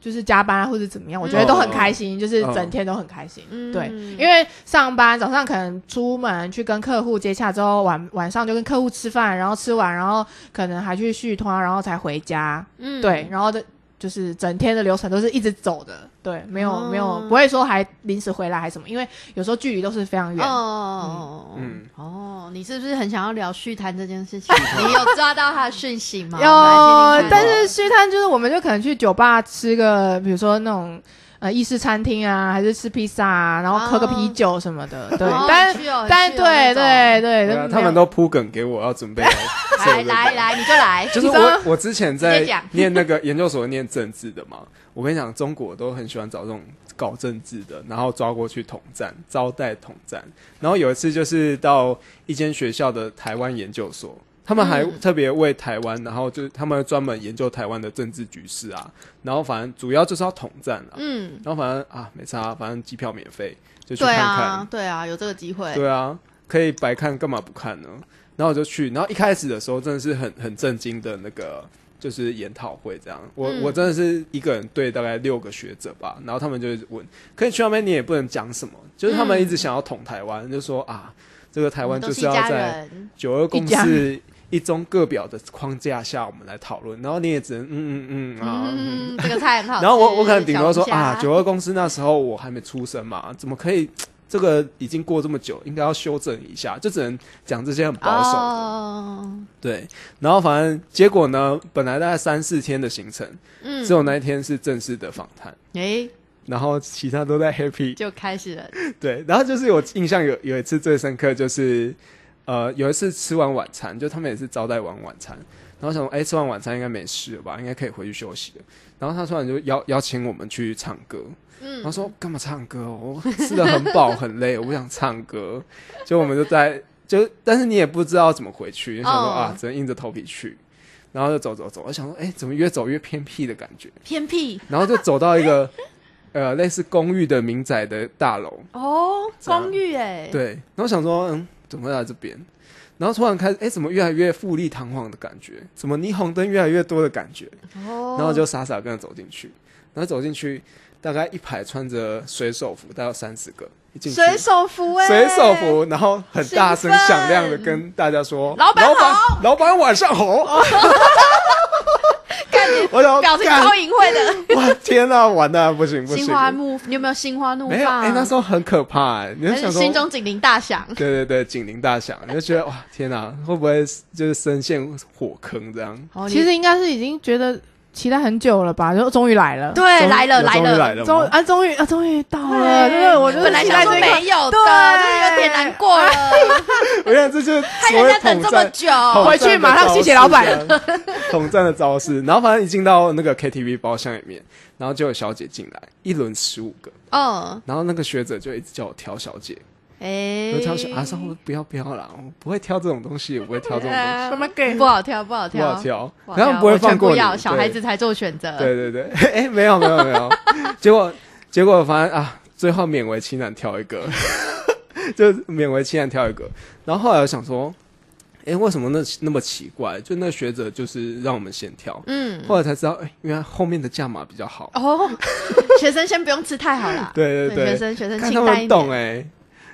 Speaker 3: 就是加班啊或者怎么样，我觉得都很开心，就是整天都很开心。
Speaker 1: 嗯
Speaker 3: 对，因为上班早上可能出门去跟客户接洽之后，晚晚上就跟客户吃饭，然后吃完，然后可能还去续团，然后才回家。
Speaker 1: 嗯
Speaker 3: 对，，然后的就是整天的流程都是一直走的，对，没有、没有
Speaker 1: 哦
Speaker 3: 不会说还临时回来还什么，因为有时候距离都是非常远。
Speaker 1: 哦，
Speaker 2: 嗯
Speaker 1: 嗯，哦，你是不是很想要聊续谈这件事 情？你有抓到他的讯息吗？我们来
Speaker 3: 有
Speaker 1: 听听，看
Speaker 3: 但是续摊就是我们就可能去酒吧吃个，比如说那种呃意式餐厅啊，还是吃披萨啊，然后喝个啤酒什么的，对
Speaker 1: 哦，
Speaker 3: 但
Speaker 1: 很。趣哦很
Speaker 3: 但
Speaker 1: 趣哦那种
Speaker 3: 对对对，
Speaker 2: 对
Speaker 3: 没
Speaker 2: 啊
Speaker 3: 有，
Speaker 2: 他们都铺梗给我，要准 备来做
Speaker 1: 来
Speaker 2: 这个
Speaker 1: 来来，你就来，
Speaker 2: 就是
Speaker 3: 你知
Speaker 2: 我
Speaker 3: 道
Speaker 2: 我之前
Speaker 1: 直
Speaker 2: 在
Speaker 1: 接讲
Speaker 2: 念那个研究所念政治的嘛，我跟你讲，中国都很喜欢找这种搞政治的，然后抓过去统战，招待统战。然后有一次就是到一间学校的台湾研究所。他们还
Speaker 1: 嗯
Speaker 2: 特别为台湾，然后就是他们专门研究台湾的政治局势啊，然后反正主要就是要统战啊，
Speaker 1: 嗯，
Speaker 2: 然后反正啊没差，反正机票免费就去
Speaker 1: 对
Speaker 2: 看看
Speaker 1: 啊，，对啊，有这个机会，
Speaker 2: 对啊，可以白看，干嘛不看呢？然后我就去，然后一开始的时候真的是很很震惊的那个，就是研讨会这样。我、
Speaker 1: 嗯
Speaker 2: 我真的是一个人对大概六个学者吧，然后他们就一直问，可你去那边你也不能讲什么，就是他们一直想要捅台湾，就说啊，这个台
Speaker 1: 我
Speaker 2: 湾
Speaker 1: 们嗯都
Speaker 2: 就是是
Speaker 1: 一
Speaker 2: 要
Speaker 1: 家
Speaker 2: 在
Speaker 1: 人，
Speaker 2: 九二共
Speaker 3: 一家
Speaker 2: 识一中各表的框架下，我们来讨论。然后你也只能嗯嗯嗯啊。嗯
Speaker 1: 嗯， 这个菜很好吃。
Speaker 2: 然后我我可能顶多说
Speaker 1: 小龙虾
Speaker 2: 啊，九二公司那时候我还没出生嘛，怎么可以？这个已经过这么久，应该要修正一下，就只能讲这些很保守的。
Speaker 1: 哦，
Speaker 2: 对，然后反正结果呢，本来大概三四天的行程，
Speaker 1: 嗯，
Speaker 2: 只有那一天是正式的访谈，
Speaker 1: 诶，
Speaker 2: 然后其他都在 happy。
Speaker 1: 就开始了，
Speaker 2: 对，然后就是我印象有有一次最深刻就是，呃，有一次吃完晚餐，就他们也是招待完晚餐，然后想说，哎、吃完晚餐应该没事了吧，应该可以回去休息了。然后他突然就邀邀请我们去唱歌，然后
Speaker 1: 嗯，
Speaker 2: 说干嘛唱歌哦？ 我吃的很饱很累，我不想唱歌。就我们就在就，但是你也不知道怎么回去，就想说、
Speaker 1: 哦
Speaker 2: 啊，只能硬着头皮去。然后就走走走，我想说，哎、怎么越走越偏僻的感觉？
Speaker 1: 偏僻
Speaker 2: 然后就走到 一个呃类似公寓的民宅的大楼，
Speaker 1: 哦，
Speaker 2: 这样
Speaker 1: 公寓哎，
Speaker 2: 啊对。然后想说，嗯，怎么会来这边？然后突然开始，哎、怎么越来越富丽堂皇的感觉？怎么霓虹灯越来越多的感觉？
Speaker 1: 哦，
Speaker 2: 然后就傻傻跟着走进去，然后走进去，大概一排穿着水手服，大概有三十个，一进去
Speaker 1: 水手服哎，
Speaker 2: 水手，服，然后很大
Speaker 1: 兴
Speaker 2: 声
Speaker 1: 奋
Speaker 2: 响亮的跟大家说：“
Speaker 1: 欸老板
Speaker 2: 老
Speaker 1: 好
Speaker 2: 板，老板晚 上好！”
Speaker 1: 看你
Speaker 2: 我想
Speaker 1: 表情
Speaker 2: 干
Speaker 1: 超淫秽的，
Speaker 2: 哇，天呐，完了，不行不行
Speaker 1: 心，花怒，你有没有心花怒放？
Speaker 2: 没有，哎，那时候很可怕，哎你就
Speaker 1: 还是
Speaker 2: 想说
Speaker 1: 心中警铃大响，
Speaker 2: 对对对，警铃大响，你就觉得哇，天呐，会不会就是深陷火坑这样？
Speaker 1: 哦你
Speaker 3: 其实应该是已经觉得期待很久了吧，就终于来了，
Speaker 1: 对
Speaker 2: 终
Speaker 1: 哎来了
Speaker 2: 有
Speaker 1: 来
Speaker 2: 终于
Speaker 1: 了
Speaker 2: 来了
Speaker 3: 终
Speaker 2: 吗，
Speaker 3: 啊终于啊终于到
Speaker 1: 对
Speaker 3: 了，对，我就是
Speaker 1: 哎本来
Speaker 3: 期
Speaker 1: 想
Speaker 3: 待
Speaker 1: 说
Speaker 3: 这一刻
Speaker 1: 没有的，
Speaker 3: 对
Speaker 1: 就是有点难过 了，
Speaker 2: 我想这就是
Speaker 1: 害
Speaker 2: 所
Speaker 1: 人
Speaker 2: 谓
Speaker 1: 家等
Speaker 2: 统
Speaker 1: 这么
Speaker 2: 战。
Speaker 1: 久。
Speaker 3: 回去马上谢谢老板
Speaker 2: 统战 的招式这样，统战的招式。然后反正一进到那个 KTV 包厢里面，然后就有小姐进来，一轮十五个，
Speaker 1: 嗯，
Speaker 2: 然后那个学者就一直叫我挑小姐，
Speaker 1: 哎
Speaker 2: 我，挑小啊，上不要不要啦，我不会挑这种东西，我不会挑这种东西，
Speaker 1: 呃
Speaker 3: 什么梗
Speaker 1: 不好挑，不好
Speaker 2: 不
Speaker 1: 挑，
Speaker 2: 好挑，
Speaker 1: 不好挑，
Speaker 2: 然后不会
Speaker 1: 我全
Speaker 2: 放过你
Speaker 1: 要，小孩
Speaker 2: 对
Speaker 1: 子才做选择。
Speaker 2: 对对对， 哎、没有没有没有， 结果结果反正啊，最后勉为 其难挑一个，就勉为其难挑一个。然后后来我想说，哎、哎、为什么那那么奇怪？就那学者就是让我们先挑，
Speaker 1: 嗯，
Speaker 2: 后来才知道，哎、原来后面的价码比较好。
Speaker 1: 哦，学生先不用吃太好啦。
Speaker 2: 对对对，
Speaker 1: 学生学生
Speaker 2: 看他
Speaker 1: 清淡一
Speaker 2: 们懂
Speaker 1: 点。
Speaker 2: 哎、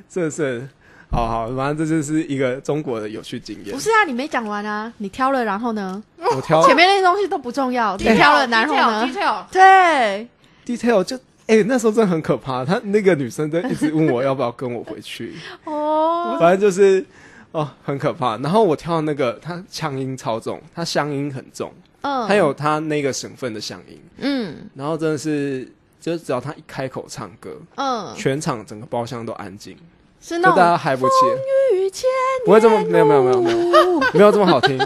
Speaker 2: 这是好好，反正这就是一个中国的有趣经验
Speaker 1: 不。是啊，你没讲完啊，你挑了，然后呢？
Speaker 2: 我挑
Speaker 1: 前面那些东西都不重要，哦你
Speaker 3: 对
Speaker 1: 挑了，然后呢？
Speaker 3: detail，detail
Speaker 1: 对，
Speaker 2: detail 就哎、那时候真的很可怕，她那个女生就一直问我要不要跟我回去，
Speaker 1: 哦，
Speaker 2: 反正就是哦很可怕。然后我挑那个她腔音超重，她乡音很重，
Speaker 1: 嗯，
Speaker 2: 她有她那个省份的乡音，
Speaker 1: 嗯
Speaker 2: 然后真的是。就只要她一开口唱歌，
Speaker 1: 嗯，
Speaker 2: 全场整个包厢都安静，
Speaker 1: 是
Speaker 2: 就
Speaker 1: 那
Speaker 2: 大
Speaker 1: 种
Speaker 2: 家嗨不起来，
Speaker 1: 雨千
Speaker 2: 不会这么没有没有没有没有
Speaker 1: 哦
Speaker 2: 没有这么好听，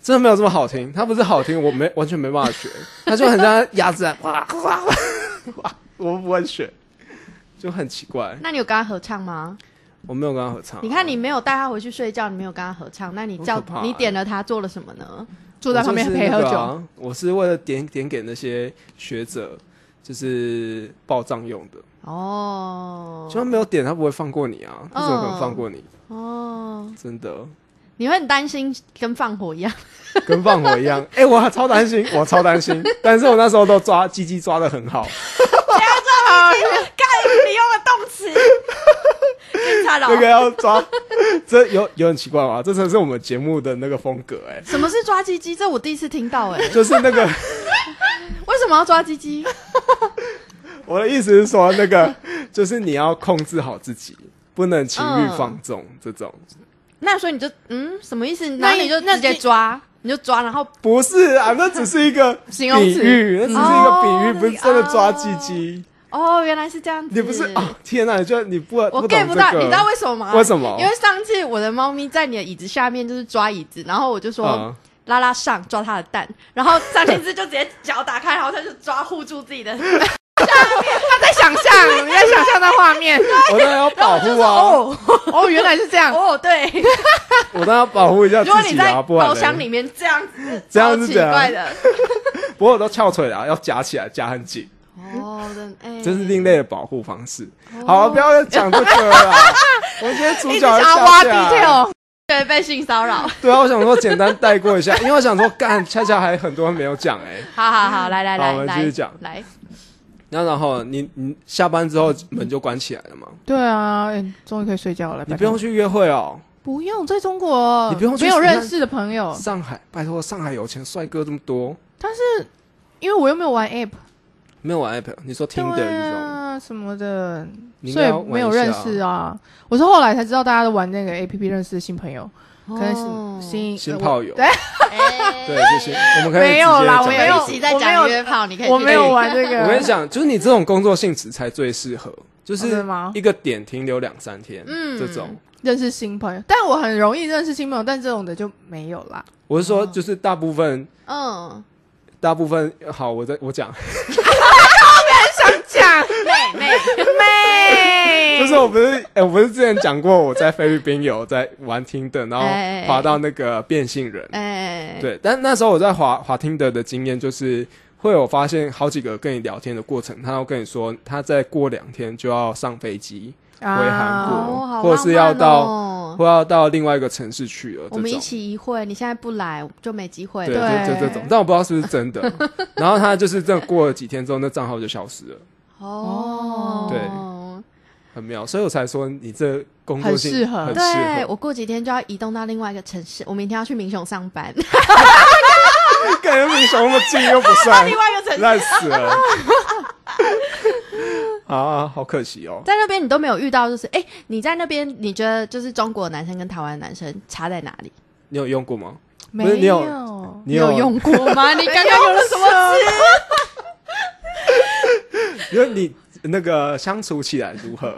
Speaker 2: 真的没有这么好听。它不是好听，我没完全没办法学，它就很像鸭子啊，哇哇哇哇，我不会学，就很奇怪。
Speaker 1: 那你有跟他合唱吗？
Speaker 2: 我没有跟他合唱啊、
Speaker 1: 你看，你没有带他回去睡觉，你没有跟他合唱，那你叫
Speaker 2: 很可怕欸
Speaker 1: 你点了他做了什么呢？
Speaker 3: 坐在旁边陪喝
Speaker 2: 我就是那个
Speaker 3: 酒，
Speaker 2: 啊我是为了点点给那些学者，就是报账用的。
Speaker 1: 哦
Speaker 2: 就算没有点，他不会放过你啊，他怎么可能放过你？
Speaker 1: 哦，
Speaker 2: 真的，
Speaker 1: 你会很担心跟放火一 样，
Speaker 2: 跟放火一样。 哎、我还超担心，我超担心，但是我那时候都抓鸡鸡抓的很 好。
Speaker 1: 哎你用了动 词，警察佬
Speaker 2: 这个要抓， 这有有很奇怪吗？这真的是我们节目的那个风格哎、
Speaker 1: 什么是抓鸡鸡？这我第一次听到 哎、
Speaker 2: 就是那个
Speaker 1: 为什么要抓鸡鸡？
Speaker 2: 我的意思是说，那个就是你要控制好自己，不能情欲
Speaker 3: 嗯
Speaker 2: 放纵、这种。
Speaker 1: 那所以你就嗯什么意思？
Speaker 3: 那
Speaker 1: 那你就
Speaker 3: 那
Speaker 1: 直接抓，你就抓，然后
Speaker 2: 不是啊，那只是 一个比
Speaker 3: 形容词
Speaker 2: 喻，那只是一个比喻，
Speaker 1: 哦
Speaker 2: 不是真的抓鸡鸡。
Speaker 1: 哦原来是这样子，
Speaker 2: 你不是啊？天哪，你就你不
Speaker 1: 我
Speaker 2: 不
Speaker 1: get
Speaker 2: 懂
Speaker 1: 不
Speaker 2: 这
Speaker 1: 到，
Speaker 2: 个？
Speaker 1: 你知道为什么吗？
Speaker 2: 为什么
Speaker 1: 因为上次我的猫咪在你的椅子下面就是抓椅子，然后我就说、
Speaker 2: 啊
Speaker 1: 拉拉上抓它的蛋，然后张天志就直接脚打开，然后他就抓护住自己 的，
Speaker 3: 他在想象，你在想象那画 面。
Speaker 2: 我当然要保
Speaker 1: 就
Speaker 2: 护
Speaker 1: 说
Speaker 2: 啊，
Speaker 1: 哦
Speaker 3: 哦，原来是这 样。
Speaker 1: 哦 对，
Speaker 2: 我当然要保护一下
Speaker 1: 如果
Speaker 2: 自
Speaker 1: 你
Speaker 2: 己
Speaker 1: 在
Speaker 2: 啊，不然
Speaker 1: 包
Speaker 2: 嘞
Speaker 1: 厢里面这样子，
Speaker 2: 这样啊
Speaker 1: 超
Speaker 2: 是
Speaker 1: 奇
Speaker 2: 怎样
Speaker 1: 怪的，
Speaker 2: 不过我都翘腿了，要夹起来，夹很紧，
Speaker 1: 哦真的哎，
Speaker 2: 这是另类的保护方式。
Speaker 1: 哦
Speaker 2: 好，不要再讲这个了 啦。我今天主
Speaker 3: 一直
Speaker 2: 角
Speaker 3: 想
Speaker 2: 要
Speaker 3: 要
Speaker 2: 下
Speaker 3: 挖
Speaker 2: 架
Speaker 3: detail，
Speaker 1: 对被性骚扰，
Speaker 2: 对啊，我想说简单带过 一下，因为我想说干恰恰还很多没有讲哎、
Speaker 1: 好好好，来来
Speaker 2: 好
Speaker 1: 来
Speaker 2: 我们
Speaker 1: 来，
Speaker 2: 继续讲
Speaker 1: 来，
Speaker 2: 然后然后你你下班之后门就关起来了嘛，
Speaker 3: 对啊，嗯终于可以睡觉了。
Speaker 2: 你
Speaker 3: 拜
Speaker 2: 不用
Speaker 3: 托
Speaker 2: 去约会哦。
Speaker 3: 不用在中国，
Speaker 2: 你不用去
Speaker 3: 没有
Speaker 2: 死
Speaker 3: 认
Speaker 2: 看
Speaker 3: 识的朋友，
Speaker 2: 上海，拜托，上海有钱帅哥这么多，
Speaker 3: 但是因为我又没有玩 app，
Speaker 2: 没有玩 app，你说
Speaker 3: 对
Speaker 2: Tinder 这种，
Speaker 3: 啊，什么的，
Speaker 2: 你应
Speaker 3: 所
Speaker 2: 该要
Speaker 3: 以
Speaker 2: 玩
Speaker 3: 没有
Speaker 2: 一下
Speaker 3: 认识啊。我是后来才知道大家都玩那个 app 认识的新朋友，可能
Speaker 1: 哦
Speaker 3: 是新
Speaker 2: 新
Speaker 3: 呃
Speaker 2: 炮
Speaker 3: 我
Speaker 2: 友
Speaker 3: 对，
Speaker 1: 哎
Speaker 2: 对，这些 我们可以
Speaker 3: 没有啦
Speaker 2: 直接
Speaker 3: 我
Speaker 1: 我们
Speaker 2: 讲
Speaker 3: 没有
Speaker 1: 有一起在讲约炮，你可以
Speaker 3: 我
Speaker 1: 去
Speaker 3: 没有
Speaker 1: 听
Speaker 3: 玩这
Speaker 2: 我跟你
Speaker 3: 个。
Speaker 2: 讲，就是你这种工作性质才最适合，就
Speaker 3: 真
Speaker 2: 是
Speaker 3: 的吗
Speaker 2: 一个点停留两三天，
Speaker 1: 嗯
Speaker 2: 这种。
Speaker 3: 认识新朋友，但我很容易认识新朋友，但这种的就没有啦。
Speaker 2: 我是
Speaker 3: 嗯
Speaker 2: 说，就是大部分
Speaker 1: 嗯，
Speaker 2: 大部分好，我在我 讲，
Speaker 3: 讲
Speaker 1: 妹妹，
Speaker 3: 妹，
Speaker 2: 就是我不是，哎、我不是之前讲过，我在菲律宾有在玩 Tinder，然
Speaker 1: 哎
Speaker 2: 后滑到那个变性人，
Speaker 1: 哎，
Speaker 2: 对，但那时候我在滑滑 Tinder 的经验就是，会有发现好几个跟你聊天的过程，他要跟你说，他再过两天就要上飞机，
Speaker 3: 啊
Speaker 2: 回韩国
Speaker 1: 哦，好
Speaker 2: 或者是
Speaker 1: 浪漫
Speaker 2: 要到
Speaker 1: 哦
Speaker 2: 或要到另外一个城市去了，
Speaker 1: 我
Speaker 2: 这
Speaker 1: 们一
Speaker 2: 种。
Speaker 1: 起一会，你现在不来就没机会
Speaker 2: 对，
Speaker 1: 了。
Speaker 2: 就就
Speaker 3: 对
Speaker 2: 这种，但我不知道是不是 真的。然后他就是这过了几天之后，那账号就消失了，
Speaker 1: 哦，对，
Speaker 2: 很妙。所以我才说你这工作性
Speaker 3: 很适合
Speaker 2: 很适合。
Speaker 1: 我过几天就要移动到另外一个城市，我明天要去民雄上班，
Speaker 2: 感觉离什么近又不 算，
Speaker 1: 外一个城市。
Speaker 2: 烂死了。 啊，好可惜哦。
Speaker 1: 在那边你都没有遇到，就是哎、你在那边你觉得就是中国男生跟台湾男生差在哪里？
Speaker 2: 你有用过吗？
Speaker 3: 没
Speaker 2: 不是你有
Speaker 3: 有
Speaker 2: 你有，
Speaker 1: 用过 吗？你刚刚用了什么？
Speaker 3: 么
Speaker 2: 因为你那个相处起来如何？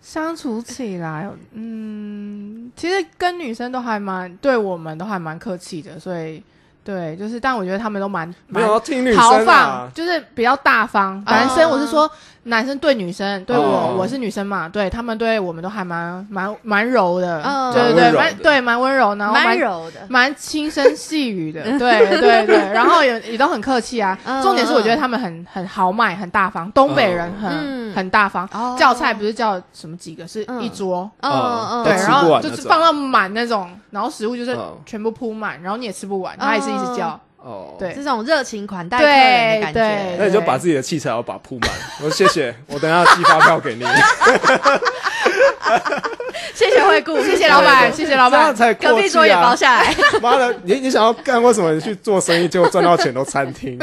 Speaker 3: 相处起来？嗯，其实跟女生都还蛮对我们都还蛮客气的，所以对，就是，但我觉得他们都蛮
Speaker 2: 没
Speaker 3: 蛮
Speaker 2: 有要听女
Speaker 3: 豪
Speaker 2: 生
Speaker 3: 放
Speaker 2: 啊，，
Speaker 3: 就是比较大方。男生我是说，男生对女生，对我
Speaker 2: 哦
Speaker 3: 我是女生嘛，对他们对我们都还蛮蛮蛮柔的，
Speaker 1: 嗯
Speaker 3: 对对
Speaker 2: 蛮温
Speaker 3: 对，
Speaker 2: 柔
Speaker 3: 蛮
Speaker 2: 的
Speaker 3: 对蛮温柔，然后
Speaker 1: 蛮
Speaker 3: 蛮
Speaker 1: 柔的，
Speaker 3: 蛮轻声细语 的，对对对，然后也也都很客气啊
Speaker 1: 嗯。
Speaker 3: 重点是我觉得他们很很豪迈，很大方，东北人
Speaker 1: 嗯
Speaker 3: 很很大方
Speaker 1: 哦，
Speaker 3: 叫菜不是叫什么几个，是
Speaker 1: 嗯
Speaker 3: 一桌。
Speaker 1: 嗯嗯，
Speaker 2: 哦
Speaker 3: 对，
Speaker 2: 都吃
Speaker 3: 然
Speaker 2: 不
Speaker 3: 后
Speaker 2: 完
Speaker 3: 就
Speaker 2: 那
Speaker 3: 是
Speaker 2: 种
Speaker 3: 放到满那种，然后食物就是
Speaker 2: 嗯
Speaker 3: 全部铺满，然后你也吃不完，他也是一直叫，
Speaker 2: 哦，
Speaker 3: 对
Speaker 1: 这种热情款待客人的感
Speaker 3: 对
Speaker 2: 那
Speaker 1: 觉，
Speaker 2: 你就把自己的器材要把铺满。我说谢谢，我等一下寄发票给 你，
Speaker 1: 谢谢惠顾，谢
Speaker 3: 谢
Speaker 1: 谢
Speaker 3: 谢老
Speaker 1: 老板，
Speaker 3: 板，谢谢老
Speaker 2: 这样
Speaker 3: 板。
Speaker 2: 才
Speaker 1: 隔
Speaker 2: 过
Speaker 1: 壁
Speaker 2: 去
Speaker 1: 桌也包
Speaker 2: 啊！
Speaker 1: 下来，
Speaker 2: 妈的，你你想要干为什么你去做生意，结果赚到钱都餐 厅，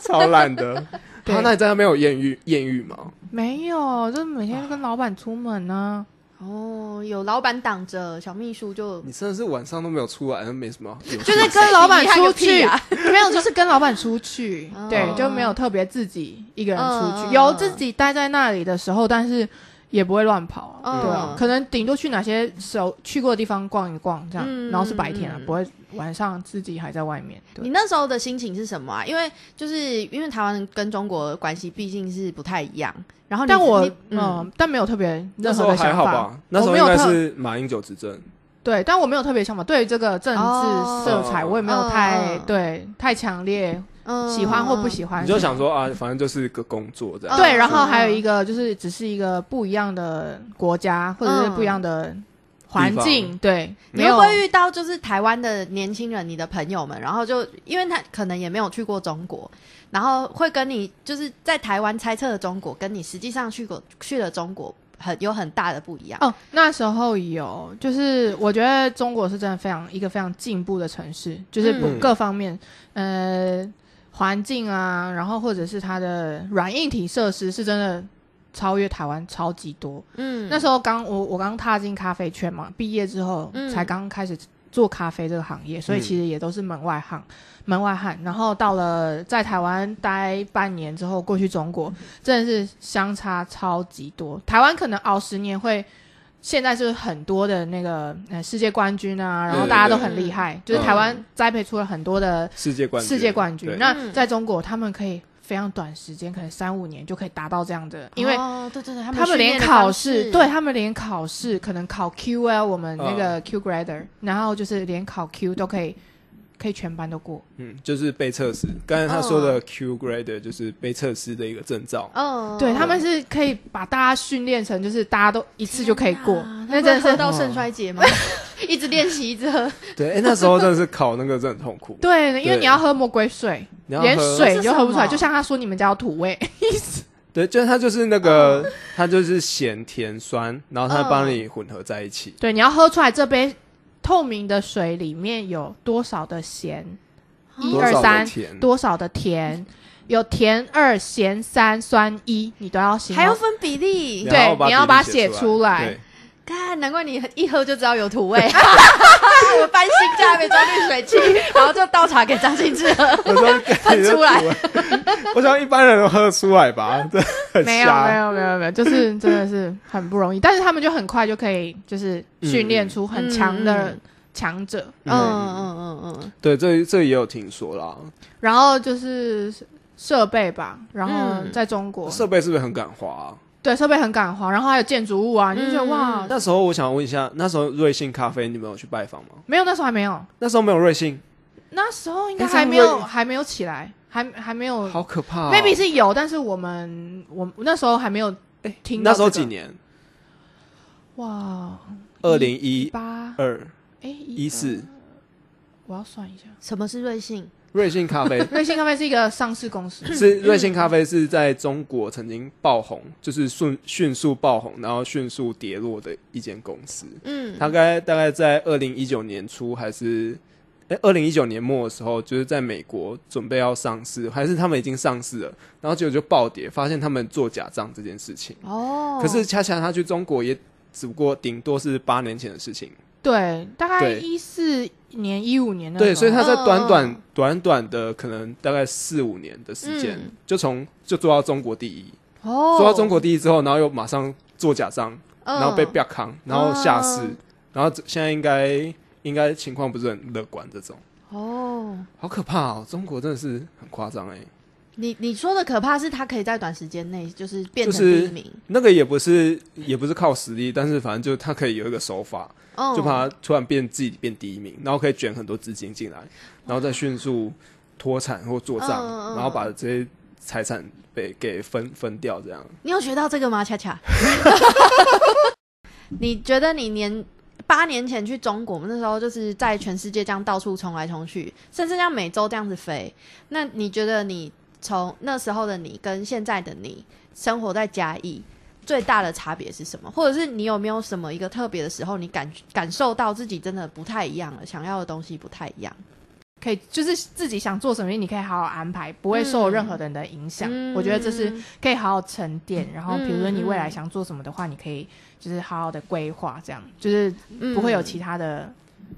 Speaker 2: 超烂的。啊
Speaker 3: 对
Speaker 2: 好，那你在那边有艳遇艳遇吗？
Speaker 3: 没有，就是每天跟老板出门啊呢、
Speaker 1: 哦，有老板挡着，小秘书就
Speaker 2: 你真的是晚上都没有出来，没什么。有趣
Speaker 3: 就是跟老板出
Speaker 1: 遗
Speaker 3: 去，
Speaker 1: 憾
Speaker 2: 啊
Speaker 3: 没有，就是跟老板出去
Speaker 1: 哦，
Speaker 3: 对，就没有特别自己一个人出
Speaker 1: 嗯嗯
Speaker 3: 去，
Speaker 1: 嗯
Speaker 3: 有自己待在那里的时候，但是也不会乱跑，
Speaker 1: 嗯
Speaker 3: 对啊，可能顶多去哪些手去过的地方逛一逛
Speaker 1: 嗯
Speaker 3: 这样，然后是白天啊
Speaker 1: 嗯，
Speaker 3: 不会晚上自己还在外面，
Speaker 1: 你
Speaker 3: 对，
Speaker 1: 那时候的心情是什么啊？因为就是因为台湾跟中国的关系毕竟是不太一样，然后你
Speaker 3: 但我
Speaker 1: 你嗯
Speaker 3: 嗯，但没有特别
Speaker 2: 那
Speaker 3: 任
Speaker 2: 时
Speaker 3: 何
Speaker 2: 候
Speaker 3: 的
Speaker 2: 还
Speaker 3: 想
Speaker 2: 好
Speaker 3: 法
Speaker 2: 吧，，那时
Speaker 3: 我
Speaker 2: 候
Speaker 3: 没
Speaker 2: 应
Speaker 3: 有
Speaker 2: 该
Speaker 3: 特
Speaker 2: 是马英九执政，
Speaker 3: 对，但我没有特别想法，对于这个政
Speaker 1: 哦
Speaker 3: 治色彩，我也没有
Speaker 1: 嗯
Speaker 3: 太
Speaker 1: 嗯
Speaker 3: 对太强烈
Speaker 1: 嗯
Speaker 3: 喜欢或不喜欢。
Speaker 2: 你就想说啊，反正就是个工作这样。
Speaker 3: 对，然后
Speaker 1: 嗯
Speaker 3: 还有一个就是只是一个不一样的国家，或者是不一样的环境，对，
Speaker 1: 嗯你
Speaker 3: 没
Speaker 1: 会
Speaker 3: 有
Speaker 1: 不会遇到就是呃台湾的年轻人，你的朋友们，然后就因为他可能也没有去过中国，然后会跟你就是在台湾猜测的中国，跟你实际上去过去了中国很有很大的不一样。
Speaker 3: 哦，那时候有，就是我觉得中国是真的非常一个非常进步的城市，就是不
Speaker 2: 嗯
Speaker 3: 各方面，呃，环境啊，然后或者是它的软硬体设施是真的超越台湾超级多。
Speaker 1: 嗯
Speaker 3: 那时候刚我我刚踏进咖啡圈嘛，毕业之后、
Speaker 1: 嗯
Speaker 3: 才刚开始做咖啡这个行业，所以
Speaker 2: 嗯
Speaker 3: 其实也都是门外汉，门外汉。然后到了在台湾待半年之后，过去中国真的是相差超级多。台湾可能熬十年会。现在就是很多的那个呃世界冠军啊，然后
Speaker 2: 对
Speaker 3: 大家都
Speaker 1: 对
Speaker 3: 很厉害，就是
Speaker 2: 嗯
Speaker 3: 台湾栽培出了很多的
Speaker 2: 世界冠军，
Speaker 3: 世界冠军
Speaker 2: 对。
Speaker 3: 那
Speaker 1: 嗯
Speaker 3: 在中国，他们可以非常短时间，可能三五年就可以达到这样的，因为
Speaker 1: 哦对对对，他
Speaker 3: 他们
Speaker 1: 训
Speaker 3: 连
Speaker 1: 练的
Speaker 3: 考
Speaker 1: 方
Speaker 3: 试，
Speaker 1: 式
Speaker 3: 对他们连考试，可能考 QL，我们那
Speaker 2: 嗯
Speaker 3: 个 Q grader，、然后就是连考 Q 都可以，可以全班都过。
Speaker 2: 嗯，就是被测试。刚才他说
Speaker 3: 哦
Speaker 2: 的 Q grader 就是被测试的一个证照。
Speaker 1: 嗯，
Speaker 3: 对，他们是可以把大家训练成，就是大家都一次就可以过，
Speaker 1: 啊那真
Speaker 3: 那真
Speaker 1: 的
Speaker 3: 的
Speaker 1: 喝
Speaker 3: 是，
Speaker 1: 到肾衰竭吗？ 一直练习，一直 喝，
Speaker 2: 对，哎，那时候真的是考那个真的很痛苦
Speaker 3: 对，因为
Speaker 2: 对
Speaker 3: 你要喝魔鬼水，
Speaker 2: 你要
Speaker 3: 连
Speaker 2: 喝
Speaker 3: 水你就喝不出来，
Speaker 1: 这是什么
Speaker 3: 就像他说你们家有土味，
Speaker 2: 对，就是它就是那
Speaker 3: 哦
Speaker 2: 个，它就是咸甜酸，然后它
Speaker 1: 嗯
Speaker 2: 帮你混合在一起。
Speaker 3: 对，你要喝出来这杯透明的水里面有多少的咸，一
Speaker 2: 多
Speaker 3: 二
Speaker 2: 少的
Speaker 3: 三
Speaker 2: 甜，
Speaker 3: 多少的甜，有甜二咸三酸一，你都要形容
Speaker 1: 还要分比例
Speaker 3: 对。你要把它
Speaker 2: 写
Speaker 3: 写出来
Speaker 2: 对
Speaker 1: 看，难怪你一喝就知道有土 味。我搬新家没装滤水器，然后就倒茶给张信哲。
Speaker 2: 我说
Speaker 1: 喷出来，
Speaker 2: 我想一般人都喝得出来吧，这很
Speaker 3: 没有没
Speaker 2: 瞎。
Speaker 3: 有没有没有，就是 真的是很不容易，但是他们就很快就可以就是训练出很强
Speaker 1: 嗯嗯
Speaker 3: 的
Speaker 1: 嗯
Speaker 3: 强者，
Speaker 1: 嗯嗯嗯嗯，
Speaker 2: 对，这这也有听说啦。
Speaker 3: 然后就是设备吧，然后
Speaker 1: 嗯
Speaker 3: 在中国
Speaker 2: 设备是不是很敢花啊？
Speaker 3: 对设备很感化，然后还有建筑物啊，你就觉得
Speaker 1: 嗯
Speaker 3: 哇，
Speaker 2: 那时候我想问一下，那时候瑞幸咖啡你们有去拜访吗？
Speaker 3: 没有那时候还没有，
Speaker 2: 那时候没有瑞幸，
Speaker 3: 那时候应该
Speaker 2: 但是他
Speaker 3: 还
Speaker 2: 们
Speaker 3: 没有
Speaker 2: 会
Speaker 3: 还没有起来，还还没有
Speaker 2: 好可怕哦。
Speaker 3: ，maybe 是有，但是我们我那时候还没有听到
Speaker 2: 那时候
Speaker 3: 这个
Speaker 2: 几年？
Speaker 3: 哇
Speaker 2: 二零一
Speaker 3: 八
Speaker 2: 二
Speaker 3: 哎
Speaker 2: 一四，
Speaker 3: 我要算一下，
Speaker 1: 什么是瑞幸？
Speaker 2: 瑞幸咖 啡
Speaker 3: 瑞幸咖啡是一个上市公司。
Speaker 2: 是瑞幸咖啡是在中国曾经爆红，就是迅迅速爆红，然后迅速跌落的一间公司。
Speaker 1: 嗯，
Speaker 2: 大概大概在二零一九年初还是哎二零一九年末的时候，就是在美国准备要上市，还是他们已经上市了，然后结果就暴跌，发现他们做假账这件事情。
Speaker 1: 哦，
Speaker 2: 可是恰恰他去中国也只不过顶多是八年前的事情，
Speaker 3: 对，大概
Speaker 2: 对
Speaker 3: 一四年、一五年的
Speaker 2: 对，所以他在短短、
Speaker 1: 嗯嗯
Speaker 2: 短短的可能大概四五年的时间，
Speaker 1: 嗯
Speaker 2: 就从就做到中国第一，
Speaker 1: 哦，
Speaker 2: 做到中国第一之后，然后又马上做假账，
Speaker 1: 嗯，
Speaker 2: 然后被标康，然后下市，
Speaker 1: 嗯
Speaker 2: 然后这现在应该应该情况不是很乐观这种。
Speaker 1: 哦，
Speaker 2: 好可怕哦！中国真的是很夸张哎。
Speaker 1: 你你说的可怕是它可以在短时间内就是变成
Speaker 2: 就是
Speaker 1: 第一名，
Speaker 2: 那个也不是也不是靠实力，但是反正就他可以有一个手法，
Speaker 1: 哦，
Speaker 2: 就把它突然变自己变第一名，然后可以卷很多资金进来，然后再迅速脱产或做账，
Speaker 1: 嗯嗯嗯
Speaker 2: 然后把这些财产被给分分掉，这样。
Speaker 1: 你有学到这个吗？恰 恰，你觉得你年八年前去中国，那时候就是在全世界这样到处冲来冲去，甚至像美洲这样子飞。那你觉得你从那时候的你跟现在的你生活在嘉义，最大的差别是什么？或者是你有没有什么一个特别的时候，你感感受到自己真的不太一样了，想要的东西不太一样？
Speaker 3: 可以就是自己想做什么，你可以好好安排，不会受
Speaker 1: 嗯
Speaker 3: 任何人的影响。
Speaker 1: 嗯
Speaker 3: 我觉得这是可以好好沉淀，然后比如说你未
Speaker 1: 嗯嗯
Speaker 3: 来想做什么的话，你可以就是好好的规划，这样就是
Speaker 2: 嗯
Speaker 3: 不会有其他的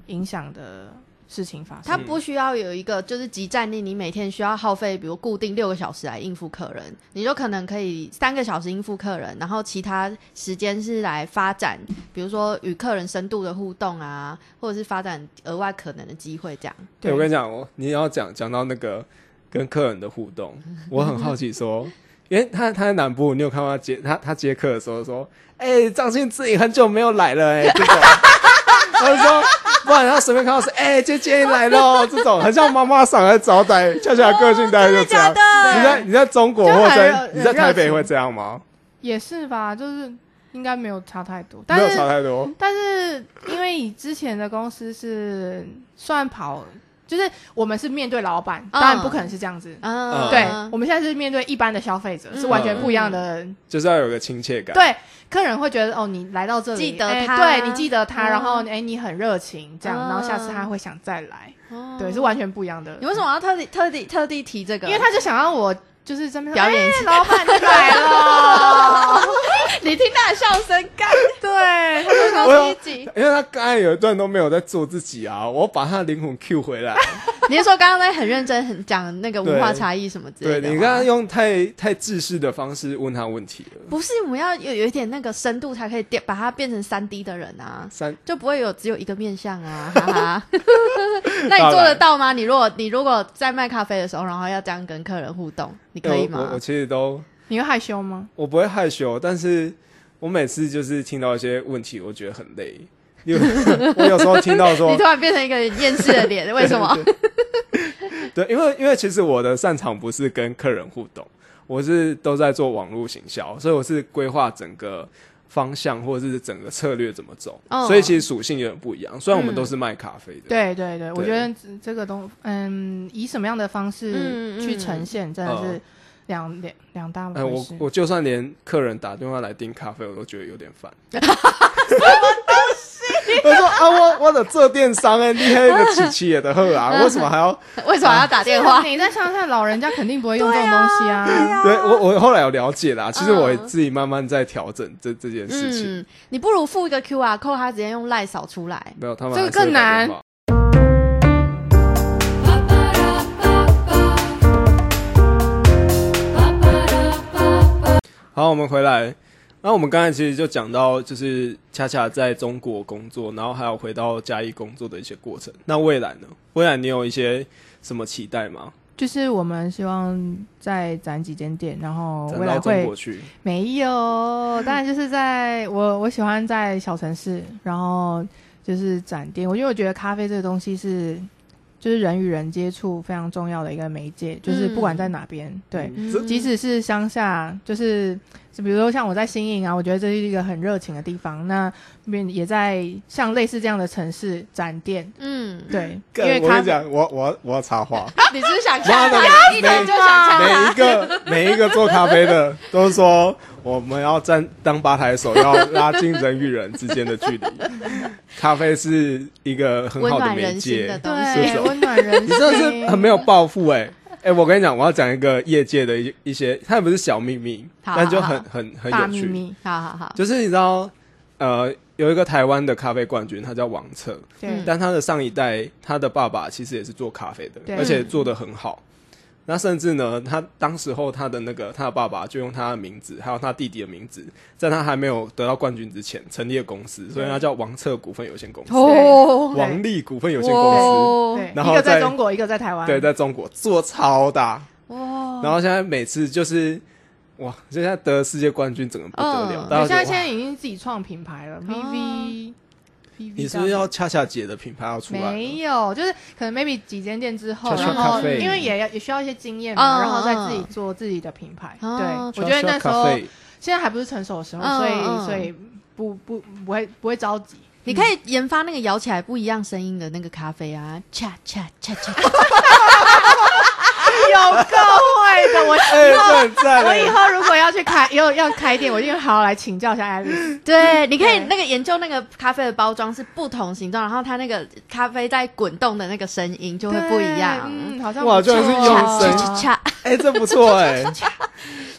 Speaker 3: 影响的事情发生。
Speaker 1: 它不需要有一个就是集战力，你每天需要耗费，比如固定六个小时来应付客人，你就可能可以三个小时应付客人，然后其他时间是来发展，比如说与客人深度的互动啊，或者是发展额外可能的机会 这样。
Speaker 2: 对，我跟你讲，我你要讲讲到那个跟客人的互动，我很好奇说，因为他他在南部，你有看到他接他他接客的时候说，哎、张信自己很久没有来了、哎，这种， 他就说。不然他随便看到是哎、姐姐你来喽，这种很像妈妈嗓来招待，恰恰个性大概
Speaker 1: 哦
Speaker 2: 就这样。你在你在中国
Speaker 1: 就很
Speaker 2: 或在
Speaker 1: 热
Speaker 2: 你在台北
Speaker 1: 热情
Speaker 2: 会这样吗？
Speaker 3: 也是吧，就是应该没有差太多，
Speaker 2: 没有
Speaker 3: 但
Speaker 2: 差
Speaker 3: 是
Speaker 2: 太多。
Speaker 3: 但是因为以之前的公司是算跑，就是我们是面对老板，
Speaker 2: 嗯
Speaker 3: 当然不可能是这样子。
Speaker 1: 嗯，
Speaker 3: 对，我们现在是面对一般的消费者，是完全不一样的
Speaker 2: 就是要有个亲切感。
Speaker 3: 对，客人会觉得哦，你来到这里，
Speaker 1: 记得
Speaker 3: 哎
Speaker 1: 他
Speaker 3: 对你记得他，然后哎，你很热情，这样，
Speaker 1: 嗯
Speaker 3: 然后下次他会想再来，
Speaker 1: 哦
Speaker 3: 对，是完全不一样的。
Speaker 1: 你为什么要特地特地特地提这个？
Speaker 3: 因为他就想让我就是这边
Speaker 1: 表演一
Speaker 3: 哎老板你来 了，
Speaker 1: 你听他的笑声，干
Speaker 3: 对，
Speaker 1: 这
Speaker 2: 我
Speaker 1: 么
Speaker 2: 有
Speaker 1: 低级。
Speaker 2: 因为他刚才有一段都没有在做自己啊，我把他的灵魂 Q 回来。
Speaker 1: 你是说刚刚在很认真很讲那个文化差异什么之类
Speaker 2: 对
Speaker 1: 的
Speaker 2: 你
Speaker 1: 吗
Speaker 2: 刚刚用太太自式的方式问他问题了，
Speaker 1: 不是，我们要有有一点那个深度，才可以变把它变成三 D 的人啊，
Speaker 2: 三
Speaker 1: 就不会有只有一个面相啊，哈 哈。那你做得到吗？你如果你如果在卖咖啡的时候，然后要这样跟客人互动，你可以
Speaker 2: 我我我
Speaker 1: 吗？
Speaker 2: 其实都
Speaker 3: 你会害羞吗？
Speaker 2: 我不会害羞，但是我每次就是听到一些问题，我觉得很累。因为我有时候听到
Speaker 1: 你
Speaker 2: 说
Speaker 1: 突，然变成一个厌世的 脸，为什么？
Speaker 2: 对，因为因为其实我的擅长不是跟客人互动，我是都在做网络行销，所以我是规划整个方向或者是整个策略怎么走，
Speaker 1: 哦
Speaker 2: 所以其实属性有点不一样。虽然我们
Speaker 1: 嗯
Speaker 2: 都是卖咖啡的，
Speaker 3: 对对对，我
Speaker 2: 对
Speaker 3: 觉得这这个东，嗯，以什么样的方
Speaker 1: 嗯嗯
Speaker 3: 式去呈现，真的是两两两大
Speaker 2: 嗯哎、
Speaker 3: 回
Speaker 2: 我
Speaker 3: 事。
Speaker 2: 我就算连客人打电话来订咖啡，我都觉得有点 烦。我说啊，我我的做电商哎，厉害的起起也的喝
Speaker 1: 嗯
Speaker 2: 啊，为什么还要？
Speaker 1: 为什么要打电 话？
Speaker 3: 你在乡下，老人家肯定不会用这种东西啊。
Speaker 2: 对我我后来有了解啦，其实我自己慢慢在调整这这件事情。
Speaker 1: 嗯，你不如付一个 QR code，他直接用赖扫出来。
Speaker 2: 没有，他们
Speaker 3: 这个
Speaker 2: 还是会
Speaker 3: 更
Speaker 2: 打电
Speaker 3: 难
Speaker 2: 话。好，我们回来。那我们刚才其实就讲到，就是恰恰在中国工作，然后还有回到嘉义工作的一些过程。那未来呢？未来你有一些什么期待吗？
Speaker 3: 就是我们希望再攒几间店，然后
Speaker 2: 咱
Speaker 3: 哦未
Speaker 2: 到
Speaker 3: 来
Speaker 2: 中
Speaker 3: 会
Speaker 2: 国去，
Speaker 3: 没有，当然就是在我我喜欢在小城市，然后就是展店。我因为我觉得咖啡这个东西是，就是人与人接触非常重要的一个媒介，就是不管在哪边，对，
Speaker 2: 嗯这
Speaker 3: 即使是乡下，就是就比如说像我在新营啊，我觉得这是一个很热情的地方。那边也在像类似这样的城市展店，
Speaker 1: 嗯，
Speaker 3: 对，因
Speaker 2: 干
Speaker 3: 为
Speaker 2: 我
Speaker 3: 咖
Speaker 2: 跟你
Speaker 3: 啡
Speaker 2: 讲，我我我要插话，
Speaker 1: 你只是想
Speaker 2: 妈
Speaker 1: 看
Speaker 2: 的
Speaker 1: 他，一
Speaker 2: 没
Speaker 1: 点就想看
Speaker 2: 每
Speaker 1: 他
Speaker 2: 一。个每一个做咖啡的都说我们要站当吧台手，要拉近人与人之间的距离。咖啡是一个很
Speaker 1: 温
Speaker 2: 好的
Speaker 1: 暖
Speaker 2: 媒
Speaker 1: 人心的
Speaker 2: 介，
Speaker 1: 东西，
Speaker 2: 是
Speaker 3: 对
Speaker 2: 不是
Speaker 3: 温暖人 心，
Speaker 2: 你真的是很没有抱负哎、 哎、我跟你讲，我要讲一个业界的一一些，它也不是小秘密，
Speaker 1: 好
Speaker 2: 但就
Speaker 1: 好
Speaker 2: 很
Speaker 1: 好
Speaker 2: 很很
Speaker 3: 大
Speaker 2: 有
Speaker 3: 秘
Speaker 2: 趣。
Speaker 3: 密，
Speaker 1: 好好好，
Speaker 2: 就是你知道，呃，有一个台湾的咖啡冠军，他叫王策，
Speaker 3: 对。
Speaker 1: 嗯
Speaker 2: 但他的上一代，他的爸爸其实也是做咖啡的，
Speaker 3: 对
Speaker 2: 而且做得很好。那甚至呢，他当时候他的那个他的爸爸就用他的名字，还有他弟弟的名字，在他还没有得到冠军之前成立了公司，所以他叫王策股份有限公司、
Speaker 1: 哦，
Speaker 2: 王力股份有限公
Speaker 1: 哇
Speaker 2: 司。
Speaker 3: 对，
Speaker 2: 然后
Speaker 3: 一个在
Speaker 2: 再
Speaker 3: 中国，一个在台湾，
Speaker 2: 对，在中国做超大，
Speaker 3: 哦
Speaker 1: 哇，
Speaker 2: 然后现在每次就是哇，现在得世界冠军，整个不得了。
Speaker 1: 嗯
Speaker 2: 大家
Speaker 3: 对，现
Speaker 2: 觉
Speaker 3: 在
Speaker 2: 得
Speaker 3: 现
Speaker 2: 哇
Speaker 3: 在已经自己创品牌了，VV。VV
Speaker 2: 你是不是要恰恰姐的品牌要出来了？
Speaker 3: 没有，就是可能 maybe 几间店之后，
Speaker 2: 悄悄
Speaker 3: 然后
Speaker 2: 咖啡
Speaker 3: 因为也要也需要一些经验嘛，
Speaker 1: 嗯
Speaker 3: 然后再自己做自己的品牌。
Speaker 1: 嗯
Speaker 3: 对，
Speaker 1: 嗯
Speaker 3: 我觉得那时候
Speaker 2: Joshua Cafe
Speaker 3: 现在还不是成熟的时候，
Speaker 1: 嗯
Speaker 3: 所以
Speaker 1: 嗯
Speaker 3: 所以不不不会不会着急。
Speaker 1: 你可以研发那个摇起来不一样声音的那个咖啡啊，恰恰恰恰，恰
Speaker 3: 有够会 的，我
Speaker 2: 哎，这很赞
Speaker 3: 我以
Speaker 2: 哎！
Speaker 3: 后如果要去开，要要开店，我一定好好来请教一下艾丽丝。
Speaker 1: 对，你可以
Speaker 3: 对
Speaker 1: 那个研究那个咖啡的包装是不同形状，然后它那个咖啡在滚动的那个声音就会不一样。
Speaker 3: 嗯，好像
Speaker 2: 哇
Speaker 3: 不错
Speaker 2: 居然是
Speaker 1: 恰
Speaker 2: 用
Speaker 1: 恰
Speaker 2: 声
Speaker 1: 恰恰，
Speaker 2: 哎，这不错哎，
Speaker 1: 就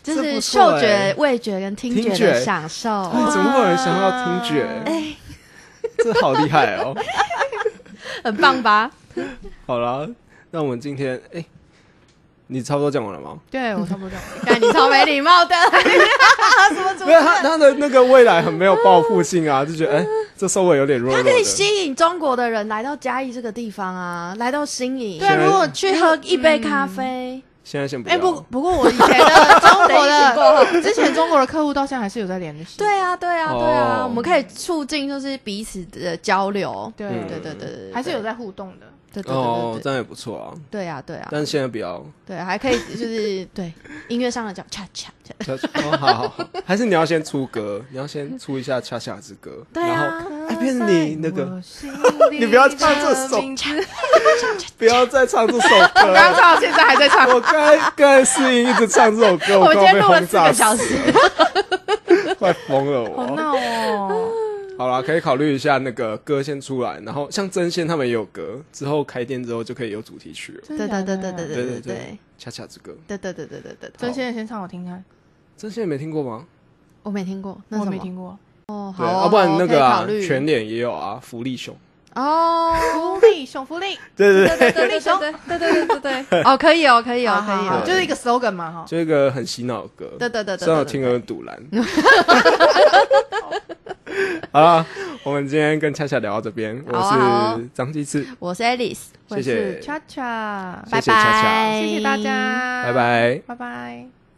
Speaker 2: 这
Speaker 1: 是
Speaker 2: 不错
Speaker 1: 嗅觉
Speaker 2: 欸、
Speaker 1: 味觉跟听觉
Speaker 2: 听觉
Speaker 1: 的享受。
Speaker 2: 哎怎么会有人想要听觉
Speaker 1: 哎，
Speaker 2: 这好厉害哦！
Speaker 1: 很棒吧？
Speaker 2: 好啦，那我们今天哎，你差不多讲完了吗？
Speaker 3: 对我差不多这样。
Speaker 1: 看你超没礼貌的，什么主
Speaker 2: 没有，他他的那个未来很没有报复性啊，就觉得哎，这收尾有点弱弱
Speaker 1: 它
Speaker 2: 的
Speaker 1: 可以。吸引中国的人来到嘉义这个地方啊，来到新营，
Speaker 3: 对啊，
Speaker 2: 人
Speaker 3: 如果
Speaker 1: 去喝一杯咖啡，
Speaker 2: 现在先不
Speaker 3: 哎、不
Speaker 2: 要。
Speaker 3: 不过我以前的
Speaker 1: 嗯
Speaker 3: 中国
Speaker 1: 等疫情过
Speaker 3: 的之前中国的客户到现在还是有在联系。
Speaker 1: 对啊，对啊，对啊，
Speaker 2: 哦
Speaker 1: 我们可以促进就是彼此的交流，
Speaker 3: 对
Speaker 2: 嗯
Speaker 1: 对对对对，
Speaker 3: 还是有在互动的。
Speaker 1: 对对对
Speaker 2: 哦，
Speaker 1: 对
Speaker 2: 这
Speaker 1: 对，
Speaker 2: 样也不错啊，
Speaker 1: 对啊对啊
Speaker 2: 但现在不要。
Speaker 1: 对，还可以就是对音乐上的讲恰恰恰，
Speaker 2: 恰恰哦，好好好，还是你要先出歌，你要先出一下《恰恰之歌》，
Speaker 1: 对
Speaker 2: 然
Speaker 1: 啊
Speaker 2: 后，哎，变成你那个，
Speaker 3: 个
Speaker 2: 你不要唱这首不要再唱这首歌
Speaker 3: 我 刚
Speaker 2: 了。
Speaker 3: 刚唱到现在还在唱。
Speaker 2: 我刚刚才适应一直唱这首歌，
Speaker 1: 我
Speaker 2: 我
Speaker 1: 们今
Speaker 2: 刚
Speaker 1: 天
Speaker 2: 刚被
Speaker 1: 录了
Speaker 2: 轰
Speaker 1: 四个
Speaker 2: 炸
Speaker 1: 小时，
Speaker 2: 死快疯了
Speaker 3: 好
Speaker 2: 我。
Speaker 3: 闹哦！
Speaker 2: 好啦，可以考虑一下那个歌先出来，然后像真仙他们也有歌，之后开店之后就可以有主题曲了。
Speaker 1: 对对对对对对
Speaker 2: 对
Speaker 1: 对
Speaker 2: 对
Speaker 1: 对
Speaker 2: 对，恰恰之歌，
Speaker 1: 对对对对对对对，
Speaker 3: 真仙的先唱我听看，
Speaker 2: 真仙没听过吗？
Speaker 1: 我没听过，那
Speaker 3: 我
Speaker 1: 什
Speaker 3: 没
Speaker 1: 么？
Speaker 3: 听过。
Speaker 1: 哦，好
Speaker 2: 对，
Speaker 1: 哦，
Speaker 2: 要不然那个
Speaker 1: 可以考
Speaker 2: 啊，
Speaker 1: 虑
Speaker 2: 全脸也有啊，福利熊。
Speaker 1: 哦。
Speaker 3: 福利熊福利，
Speaker 2: 对对对，
Speaker 1: 对对对对对对对对对对，哦，可以哦，可以哦，可以
Speaker 3: 好
Speaker 1: 哦
Speaker 3: 好，就是一个 slogan 嘛哈。
Speaker 2: 就一个很洗脑的歌。
Speaker 1: 对对对对对
Speaker 2: 虽然我听了很 堵然。好了，我们今天跟恰恰聊到这边，
Speaker 1: 好啊
Speaker 2: 我是张继次，
Speaker 1: 我是 Alice，
Speaker 2: 谢谢
Speaker 3: 恰恰，
Speaker 1: 拜
Speaker 2: 谢恰恰
Speaker 1: 拜，
Speaker 3: 谢谢大家，
Speaker 2: 拜拜。
Speaker 3: 拜拜。